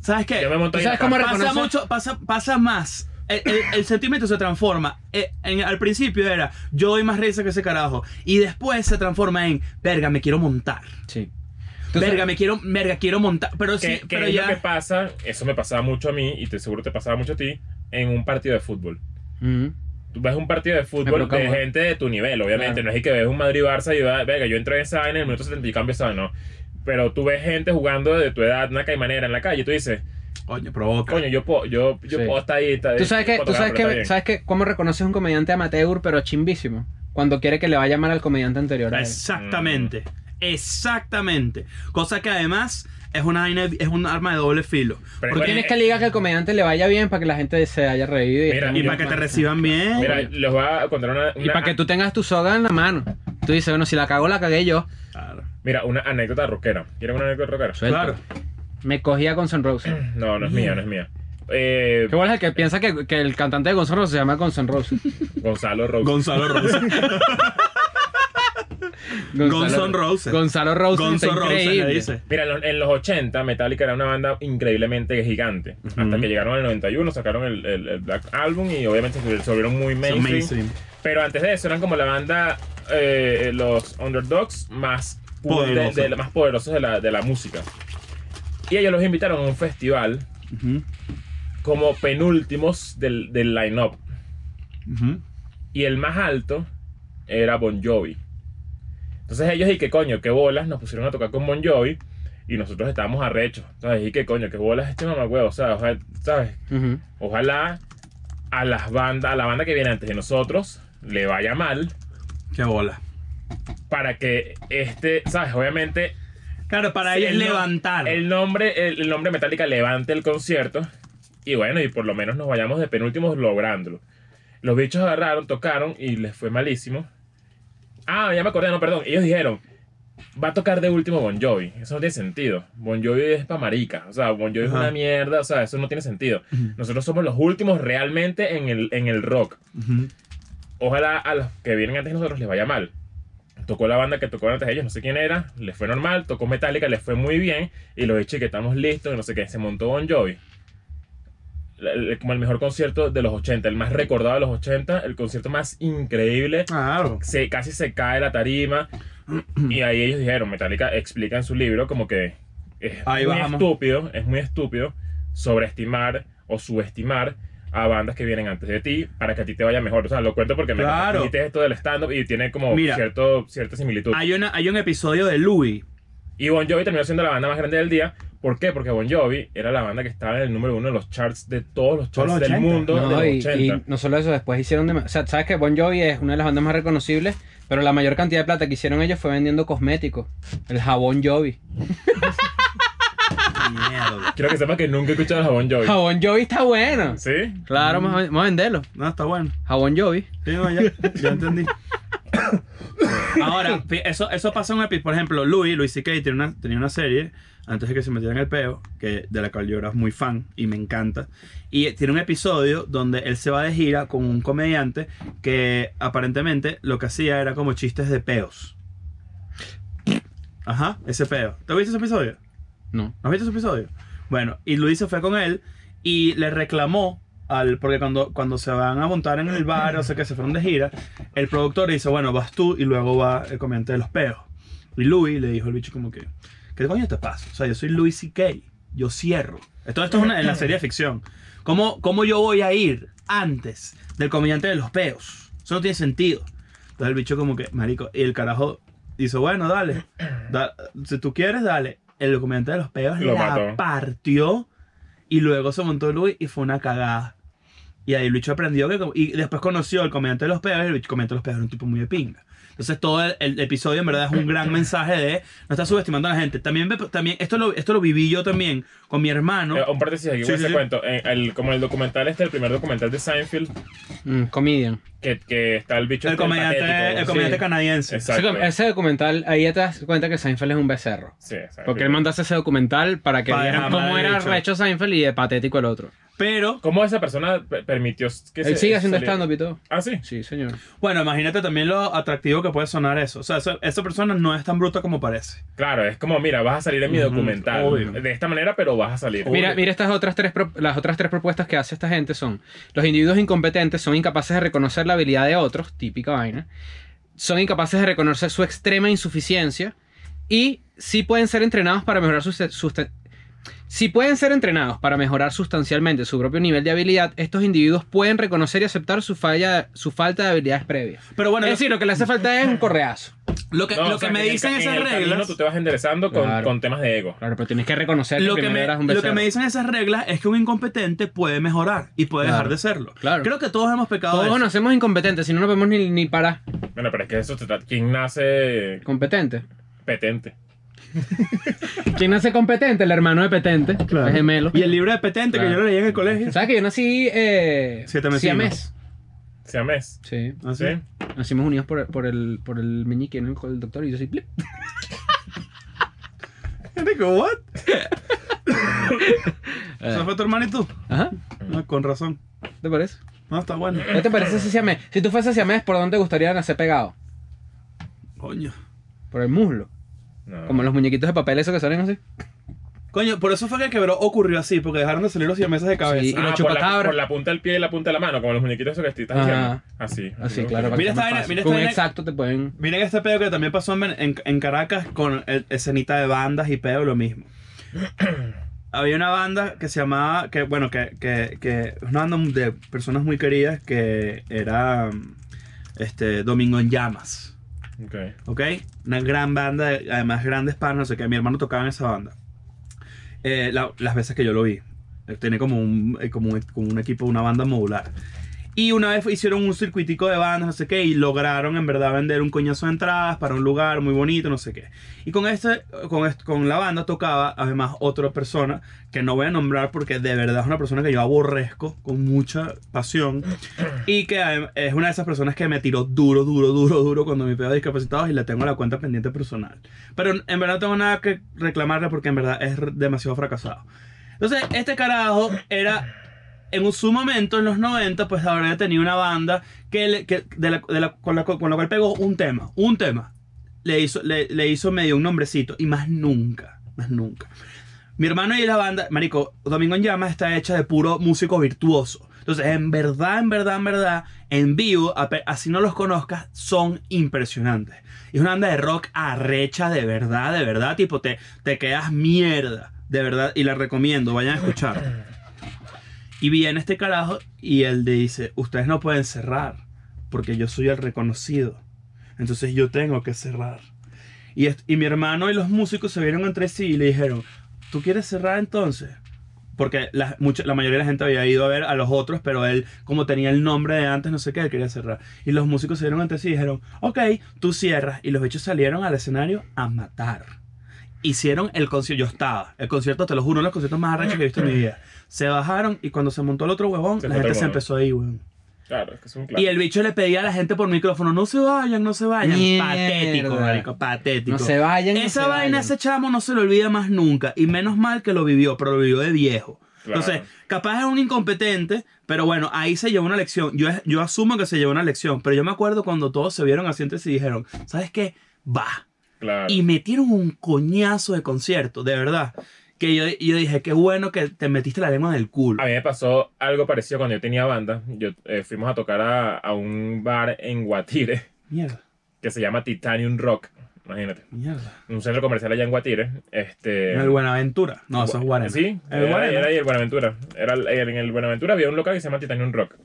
¿Sabes qué?
yo me monto
¿Tú
ahí
sabes
en la
cómo
tarde.
pasa
reconocer-
mucho, pasa, pasa más. El, el- el sentimiento se transforma. Eh, en- al principio era, yo doy más risa que ese carajo. Y después se transforma en, verga, me quiero montar.
Sí.
Verga, me quiero, verga, quiero montar. Pero sí,
¿Qué, qué
pero
es
ya.
lo que pasa? Eso me pasaba mucho a mí, y te seguro te pasaba mucho a ti, en un partido de fútbol.
Ujú.
Tú ves un partido de fútbol
provoca,
de
güey.
gente de tu nivel, obviamente.
Claro.
No es que ves un Madrid-Barça y va, venga, yo entro en esa vaina en el minuto 70 y cambio esa vaina", no. Pero tú ves gente jugando de tu edad, una caimanera en la calle, y tú dices,
Coño, provoca.
coño, yo puedo, yo, yo
Sí.
puedo estar ahí. está-
¿Tú sabes, que,
puedo
tú
tocar,
sabes,
pero
que,
está
sabes que cómo reconoces un comediante amateur pero chimbísimo? Cuando quiere que le vaya mal al comediante anterior.
Pues,
a él.
Mm.
Exactamente. Exactamente. Cosa que además es una vaina- es un arma de doble filo.
Pero-
Tú
Porque-
tienes que ligar que al comediante le vaya bien para que la gente se haya reído. Y,
Mira,
y para que te reciban
bien.
bien.
Mira, les voy a contar una,
Y
una-
para que tú tengas tu soga en la mano. Tú dices, bueno, si la cago, la cagué yo.
Claro.
mira, una anécdota rockera. ¿Quieren una anécdota rockera?
Suelta.
Claro.
Me cogía con Roses.
No, no es mía, no es mía. Eh,
¿Qué bueno es el que piensa que, que el cantante de Guns N' Roses se llama Guns N' Roses?
Gonzalo Rock.
Gonzalo Rosa. Guns N' Roses.
Gonzalo Roses.
Gonzo
está
Rosa le
increíble.
dice.
Mira, en los, en los 80 Metallica era una banda increíblemente gigante. Hasta que llegaron al 91, sacaron el, el- el Black Album y obviamente se se volvieron muy mainstream.
Mainstream.
Pero antes de eso eran como la banda, eh, los underdogs más, pu- de-
Poderosa.
de- de- más poderosos de la, de la música. Y ellos los invitaron a un festival
Ujú,
como penúltimos del, del line-up.
ujú.
Y el más alto era Bon Jovi. Entonces ellos, y qué coño, qué bolas, nos pusieron a tocar con Bon Jovi y nosotros estábamos arrechos. ¿Sabes? Y qué coño, qué bolas este mamagüevo. O sea, ojalá, ¿sabes?
Ujú.
Ojalá a las bandas, a la banda que viene antes de nosotros, le vaya mal
Qué bola.
para que este, ¿sabes? Obviamente.
Claro, para
si
ellos
el no-
levantar.
El nombre, el, el nombre Metallica levante el concierto. Y bueno, y por lo menos nos vayamos de penúltimos lográndolo. Los bichos agarraron, tocaron y les fue malísimo. Ah, ya me acordé, no, perdón. Ellos dijeron, va a tocar de último Bon Jovi. Eso no tiene sentido. Bon Jovi es pa' marica. O sea, Bon Jovi es
Ajá.
una mierda. O sea, eso no tiene sentido. Nosotros somos los últimos realmente en el, en el rock
Ujú.
ojalá a los que vienen antes de nosotros les vaya mal. Tocó la banda que tocó antes de ellos, no sé quién era, les fue normal, tocó Metallica, les fue muy bien, y los bichos que estamos listos, y no sé qué, se montó Bon Jovi. La- el- Como el mejor concierto de los 80, el más recordado de los 80, el concierto más increíble.
Claro.
Se, casi se cae la tarima. Y ahí ellos dijeron, Metallica explica en su libro como que es
Ahí
muy
bajamos.
estúpido, es muy estúpido sobreestimar o subestimar a bandas que vienen antes de ti para que a ti te vaya mejor. O sea, lo cuento porque me
Claro.
dijiste esto del stand-up y tiene como
Mira.
cierto, cierta similitud.
Hay, una, hay un episodio de Louis.
Y Bon Jovi terminó siendo la banda más grande del día. ¿Por qué? Porque Bon Jovi era la banda que estaba en el número uno de los charts de todos los
Todos
charts
los
del
80.
mundo de
No,
los
y,
80.
y no solo eso, después hicieron... dema- o sea, sabes que Bon Jovi es una de las bandas más reconocibles, pero la mayor cantidad de plata que hicieron ellos fue vendiendo cosméticos. El jabón Jovi.
Mierda.
Quiero que sepas que nunca he escuchado a Bon Jovi.
Jabón Jovi está bueno.
¿Sí?
Claro, vamos a, vamos a venderlo.
No, está bueno.
Jabón Jovi.
Sí, no, ya, ya entendí. Ahora, fi- eso, eso pasa en un episodio. Por ejemplo, Louis, Louis C.K. Tenía una, tenía una serie antes de que se metieran el peo, que, de la cual yo era muy fan y me encanta. Y tiene un episodio donde él se va de gira con un comediante que aparentemente lo que hacía era como chistes de peos. Ajá, ese peo. ¿Te viste ese episodio?
No.
¿No has visto ese episodio? Bueno, y Luis se fue con él y le reclamó al. Porque cuando, cuando se van a montar en el bar, o sea que se fueron de gira, el productor le dice, bueno, vas tú y luego va el comediante de los peos. Y Luis le dijo al bicho como que, ¿qué coño te pasa? O sea, yo soy Luis C.K., yo cierro. Todo esto es una, en la serie de ficción. ¿Cómo, ¿Cómo yo voy a ir antes del comediante de los peos? Eso no tiene sentido. Entonces el bicho como que, marico, y el carajo dice, bueno, dale, da- si tú quieres, dale. El comediante de los peos
Lo
la
mató.
partió y luego se montó Luis y fue una cagada. Y ahí el bicho aprendió que. Y después conoció el comediante de los pedos. Y el bicho- comediante de los pedos era un tipo muy de pinga. Entonces todo el, el episodio en verdad es un gran mensaje de no estás subestimando a la gente. También, me- también esto, lo, esto lo viví yo también con mi hermano.
Eh, un paréntesis aquí,
Sí,
con
sí,
ese
sí.
cuento. En el- como el documental este, el primer documental de Seinfeld,
Mm, comedian.
que, que está el bicho.
el
este, patético,
comediante, el
sí.
comediante canadiense.
Ese,
Exacto.
com- ese documental, ahí te das cuenta que Seinfeld es un becerro.
Sí, exacto.
Porque él mandó ese documental para que
Para
vieran
dejar mal
cómo era
dicho.
recho Seinfeld y de patético el otro.
Pero,
¿Cómo esa persona pe- permitió que
Él Eh, sigue haciendo
saliera?
stand-up y todo.
Ah, sí.
Sí, señor.
bueno, imagínate también lo atractivo que puede sonar eso. O sea, eso- esa persona no es tan bruta como parece.
Claro, es como, mira, vas a salir en mi
Ujú,
documental.
obvio.
De esta manera, pero vas a salir.
Mira, mira estas otras tres pro- las otras tres propuestas que hace esta gente son los individuos incompetentes son incapaces de reconocer la habilidad de otros, típica vaina, son incapaces de reconocer su extrema insuficiencia y sí pueden ser entrenados para mejorar sus si pueden ser entrenados para mejorar sustancialmente su propio nivel de habilidad, estos individuos pueden reconocer y aceptar su falla su falta de habilidades previas.
Pero bueno,
es decir, lo que le hace falta es un correazo.
lo que,
No,
lo
o sea,
que me
en el
dicen
ca- en
esas
el camino
reglas.
tú te vas enderezando con,
Claro.
con temas de ego.
Claro, pero tienes que reconocer que,
lo que,
primero
me,
eras un
lo que
becerro.
me dicen esas reglas es que un incompetente puede mejorar y puede dejar
Claro,
de serlo.
claro.
Creo que todos hemos pecado de
Todos
eso.
nos hacemos incompetentes, si no nos vemos ni, ni para
Bueno, pero es que eso se trata. ¿Quién nace
competente.
petente?
¿Quién nace competente? El hermano de Petente.
Claro.
Es gemelo.
Y el libro de Petente que
Claro.
yo lo leí en el colegio.
¿Sabes que yo nací eh,
Siete mesino.
siamés?
Sea mes.
Sí.
Ah, sí.
¿Sí?
Nacimos unidos por, por el, por el meñique en el, con el doctor y yo soy plip.
Eh. Gente, que, ¿what?
Eh.
¿Eso fue tu hermano y tú?
Ajá.
No, con razón.
¿Te parece?
No, está bueno.
¿No te parece ese siamés? Si tú fueses siamés, ¿por dónde te gustaría nacer pegado?
Coño.
Por el muslo.
No.
Como los muñequitos de papel esos que salen así.
Coño, por eso fue que quebró ocurrió así, porque dejaron de salir los siameses de cabeza.
Sí. y los
Ah, por, la,
chupacabras.
por la punta del pie y la punta de la mano, como los muñequitos esos que te estás
Ajá.
diciendo. Así.
Así,
me
claro. para que
gusta.
Ah, Mira
sea
esta
más
vaina,
fácil.
mira esta
Con un
vaina.
exacto te pueden...
Miren este pedo que también pasó en, Ven- en- en Caracas con el- escenita de bandas y pedo lo mismo. Había una banda que se llamaba, que bueno, que, que, que es una banda de personas muy queridas que era mm, este, Domingo en Llamas,
Ok.
¿ok? Una gran banda, de- además grandes panas, no sé qué, mi hermano tocaba en esa banda. Eh, la- las veces que yo lo vi, Él tenía como un, eh, como, un, como un equipo, una banda modular. Y una vez hicieron un circuitico de bandas, no sé qué, y lograron en verdad vender un coñazo de entradas para un lugar muy bonito, no sé qué. Y con este, con, est- con la banda tocaba además otra persona que no voy a nombrar porque de verdad es una persona que yo aborrezco con mucha pasión y que adem- es una de esas personas que me tiró duro, duro, duro, duro cuando me pegó discapacitados y le tengo la cuenta pendiente personal. Pero en verdad no tengo nada que reclamarle porque en verdad es r- demasiado fracasado. Entonces, este carajo era en un- su momento, en los 90, pues habría tenido una banda que, le- que- de la- de la- con, la, con la cual pegó un tema, un tema. Le hizo, le, le hizo medio un nombrecito y más nunca, más nunca. Mi hermano y la banda, Marico, Domingo en Llamas está hecha de puro músico virtuoso. Entonces, en verdad, en verdad, en verdad, en vivo, ape- así no los conozcas, son impresionantes. Y es una banda de rock arrecha de verdad, de verdad, tipo, te, te quedas mierda, de verdad, y la recomiendo, vayan a escuchar. Y viene este carajo y él le dice, ustedes no pueden cerrar, porque yo soy el reconocido. Entonces yo tengo que cerrar. Y, est- y mi hermano y los músicos se vieron entre sí y le dijeron, ¿tú quieres cerrar entonces? Porque la, mucha- la mayoría de la gente había ido a ver a los otros, pero él, como tenía el nombre de antes, no sé qué, él quería cerrar. Y los músicos se vieron entre sí y dijeron, ok, tú cierras. Y los bichos salieron al escenario a matar. Hicieron el concierto, yo estaba. El concierto, te lo juro, uno de los conciertos más arrechos que he visto en mi vida. Se bajaron y cuando se montó el otro huevón,
Se
la
fue
gente
todo
se
el
empezó a ir, huevón.
Claro, es que es un claro.
Y el bicho le pedía a la gente por micrófono, no se vayan, no se vayan.
Mierda.
Patético, marico, patético.
No se vayan. no
Esa
se
vaina,
vayan.
ese chamo no se lo olvida más nunca. Y menos mal que lo vivió, pero lo vivió de viejo.
Claro.
Entonces, capaz es un incompetente, pero bueno, ahí se llevó una lección. Yo, yo asumo que se llevó una lección, pero yo me acuerdo cuando todos se vieron así entre sí y dijeron, ¿sabes qué? Va.
claro.
Y metieron un coñazo de concierto, de verdad. Que yo, yo dije, qué bueno que te metiste la lengua en el culo.
A mí me pasó algo parecido cuando yo tenía banda. Yo, eh, fuimos a tocar a, a un bar en Guatire
Mierda,
que se llama Titanium Rock. Imagínate.
mierda.
Un centro comercial allá en Guatire. Este,
En el Buenaventura. No, eso es Eh, Guarena.
Sí,
El
era,
Guarena.
era ahí el Buenaventura. Era, el- en el Buenaventura había un local que se llama Titanium Rock.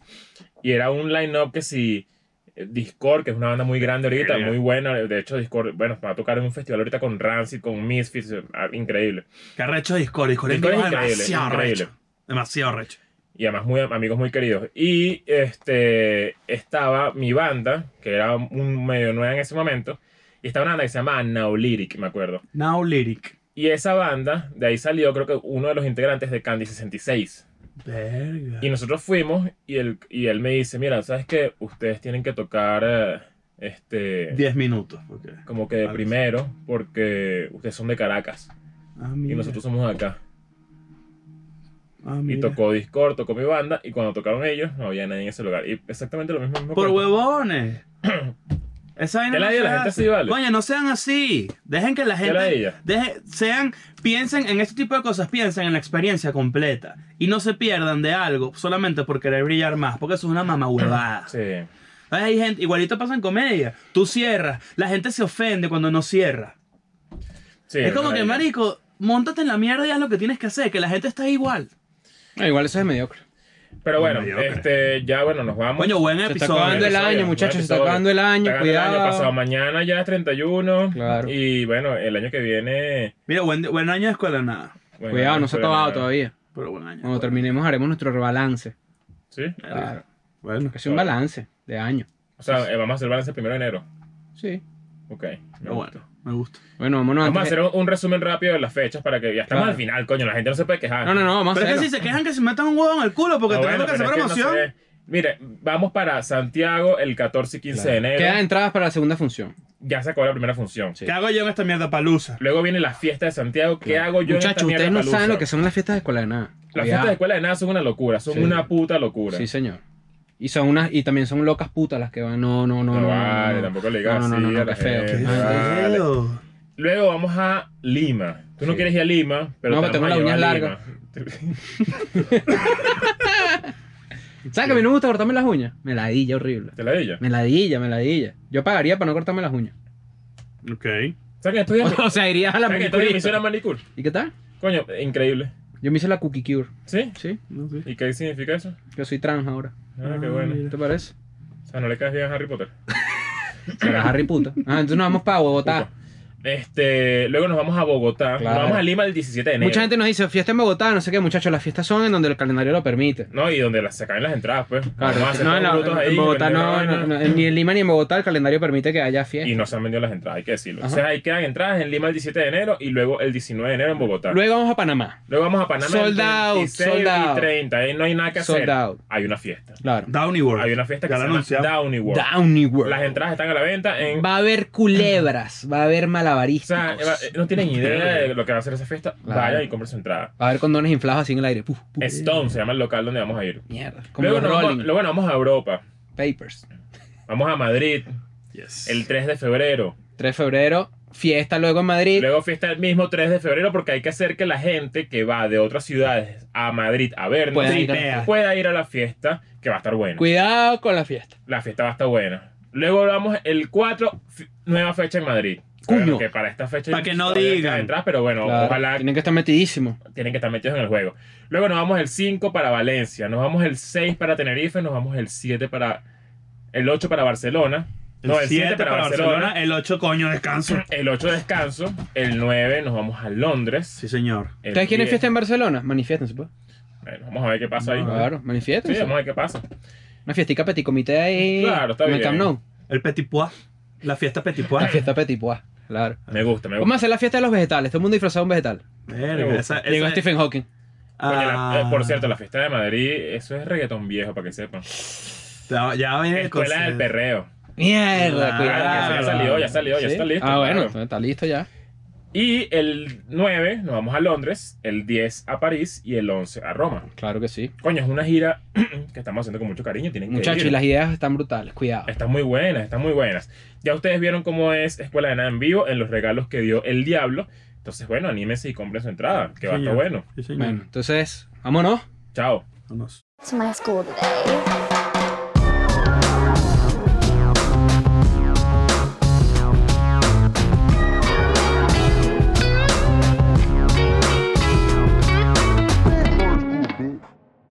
Y era un line-up que si eh, Discord, que es una banda muy grande ahorita,
Yeah.
muy buena. De hecho, Discord, bueno, va a tocar en un festival ahorita con Rancid, con Misfits, eh, ah, increíble.
Qué arrecho Discord. Discord, es
Discord es
demasiado
increíble,
arrecho.
increíble.
Demasiado arrecho.
y además muy am- amigos muy queridos. Y este estaba mi banda, que era un medio nueva en ese momento, y estaba una banda que se llama Naulyric, me acuerdo.
Now Lyric.
Y esa banda, de ahí salió creo que uno de los integrantes de Candy 66.
Verga.
Y nosotros fuimos y él, y él me dice, mira, ¿sabes qué? Ustedes tienen que tocar eh, este
10 minutos. porque- ah,
como que
Algo así.
primero porque ustedes son de Caracas
Ah,
y
mira.
nosotros somos de acá.
Ah,
Y
mira.
tocó Discord, tocó mi banda y cuando tocaron ellos no había nadie en ese lugar. Y exactamente lo mismo. mismo
Por
cuento.
huevones. Esa vaina
Que
no
la diga
se
la gente
hace.
así, vale.
Coño, no sean así. Dejen que la
Que la
gente.
diga.
deje- sean, piensen en este tipo de cosas, piensen en la experiencia completa. Y no se pierdan de algo solamente por querer brillar más, porque eso es una mamá huevada.
Sí.
Hay gente, igualito pasa en comedia. Tú cierras, la gente se ofende cuando no cierra.
sí,
es como
una
que,
idea.
marico, montate en la mierda y haz lo que tienes que hacer, que la gente está igual.
Ah, igual eso es mediocre.
Pero bueno,
Mediocre.
este, ya bueno, nos vamos.
Coño, buen
está
episodio.
acabando el año,
Episodio,
muchachos,
buen
se está
episodio.
acabando el año,
Está acabando El año
cuidado.
pasado mañana ya es 31.
Claro.
Y bueno, el año que viene.
Mira, buen, buen año de escuela, nada.
bueno,
Cuidado, no se ha
pero
acabado
nada.
todavía.
Pero buen año.
Cuando terminemos haremos nuestro balance.
Sí.
Verga. Bueno.
Que es un
Claro.
balance de año.
O sea, eh, vamos a hacer balance el primero de enero.
Sí.
Ok. me
Pero
gusta.
bueno, me gusta.
Bueno, vámonos
Vamos a
antes de-
hacer un, un resumen rápido de las fechas para que ya estamos
Claro.
al final, coño. La gente no se puede quejar.
No, no, no, vamos a
Pero es que
hacerlo.
si se quejan que se metan un huevo en el culo porque
Ah,
tenemos
bueno,
que hacer
pero es
promoción.
no sé. Mire, vamos para Santiago el 14 y 15 de enero.
Quedan entradas para la segunda función.
Ya se acabó la primera función.
Sí.
¿Qué hago yo en esta mierda palusa?
Luego viene la fiesta de Santiago. ¿Qué hago yo en
Muchachos,
esta
ustedes no
mierda
saben
palusa?
lo que son las fiestas de escuela de nada.
Las
Cuidado.
fiestas de escuela de nada son una locura, son
ah. Sí.
una puta locura.
Sí, señor. Y son unas y también son locas putas las que van. No, no, no,
No,
no. no,
vale,
no.
tampoco le digas
No, no,
así
no, no,
a
qué
la
feo.
gente,
Ay,
vale.
Feo.
Luego vamos a Lima. Tú no
Sí.
quieres ir a Lima, pero
No,
te
pero
vamos
tengo
a
las
llevar
uñas
a Lima.
¿Sabes que a mí no me gusta cortarme las uñas? Meladilla horrible.
¿Te la digo?
Meladilla, meladilla. Yo pagaría para no cortarme las uñas.
Ok.
¿Sabes que estudié mi-
O sea, irías a la
¿sabes que estudié mi
manicurista.
suena manicure?
¿Y qué tal?
Coño, increíble.
Yo me hice la cookie cure.
¿Sí?
Sí,
No sé.
¿Y qué significa eso?
yo soy trans ahora.
Ah, qué
Ah,
bueno.
mira.
¿Te parece?
O sea, no le caes bien a Harry Potter.
Será Harry puta. Ah, entonces nos vamos para Bogotá.
Puta. Este, luego nos vamos a Bogotá.
Claro.
Nos vamos a Lima el 17 de enero.
Mucha gente nos dice fiesta en Bogotá, no sé qué, muchachos. Las fiestas son en donde el calendario lo permite.
No, y donde las, se caen las entradas, pues.
Claro,
Vamos a hacer
no, en, la-
todos brutos ahí,
en Bogotá
vender
no,
vaina.
no, no, ni en Lima ni en Bogotá el calendario permite que haya fiesta.
Y no se han vendido las entradas, hay que decirlo.
Ajá.
O sea, ahí quedan entradas en Lima el 17 de enero y luego el 19 de enero en Bogotá. Luego,
Luego vamos a Panamá.
vamos a Panamá
Sold out,
el 26
sold out.
y 30. Ahí no hay nada que hacer.
Sold out.
Hay una fiesta.
Claro.
Downy World.
Hay una fiesta que
Ya
se
la
llama
anunciamos.
Downey World.
Downey World.
Las entradas están a la venta en...
Va a haber culebras, va a haber
O
malabaristas.
sea, Eva, eh, no tienen idea de lo que va a hacer esa fiesta.
Claro.
Vaya y compre su entrada.
Va a haber condones inflados así en el aire. Puf, puf.
Stone se llama el local donde vamos a ir.
Mierda. Como
Luego,
los
nos vamos-
Rolling
luego nos vamos a Europa.
Papers.
Vamos a Madrid
Yes.
el 3 de febrero.
3 de febrero, fiesta luego en Madrid.
Luego fiesta el mismo 3 de febrero porque hay que hacer que la gente que va de otras ciudades a Madrid a vernos
Pueda ir a la
tripea,
fiesta.
pueda ir a la fiesta que va a estar buena.
Cuidado con la fiesta.
La fiesta va a estar buena. Luego vamos el 4, fi- nueva fecha en Madrid.
Coño.
Claro que para esta fecha
Pa' que no
todavía
digan.
quedan entradas, pero bueno,
Claro,
ojalá
Tienen que estar metidísimos.
tienen que estar metidos en el juego. Luego nos vamos el 5 para Valencia, nos vamos el 6 para Tenerife, nos vamos el 7 para el 8 para Barcelona.
El 7 para, Barcelona. El 8, coño, descanso.
El 8 descanso, el 9 nos vamos a Londres.
Sí, señor.
El
¿Ustedes quieren
10
fiesta en Barcelona? Manifiéstense, pues.
Bueno, vamos a ver qué pasa ahí.
Claro,
Ah. Sí,
manifiéstense.
vamos a ver qué pasa.
Una fiestica petit comité ahí.
Claro, está
en el
bien.
Camp Nou.
El Petit Pois. La fiesta Petit Pois.
La fiesta petit pois. Claro.
Me gusta, me
Vamos a
gusta.
hacer la fiesta de los vegetales. Todo el mundo disfrazado de un vegetal.
Verga, esa- esa-
este
Llegó Stephen Hawking.
Coño, la-
Ah,
eh, por cierto, la fiesta de Madrid, eso es reggaetón viejo, para que sepan.
Ya, ya viene el
Escuela del
concepto.
perreo.
Mierda,
Claro,
Claro, que
cuidado.
eso ya salió, ya salió, ya
¿Sí?
está listo.
Ah, bueno,
claro.
entonces está listo ya.
Y el 9 nos vamos a Londres, el 10 a París y el 11 a Roma.
Claro que sí.
Coño, es una gira que estamos haciendo con mucho cariño. Tienen
Muchachos,
que
y
ir.
las ideas están brutales. Cuidado.
Están muy buenas, están muy buenas. Ya ustedes vieron cómo es Escuela de Nada en vivo en los regalos que dio el Diablo. Entonces, bueno, anímense y compren su entrada, que va a estar
Señor.
bueno.
Sí, señor.
Bueno, entonces, vámonos.
Chao.
Vámonos.
To my school today.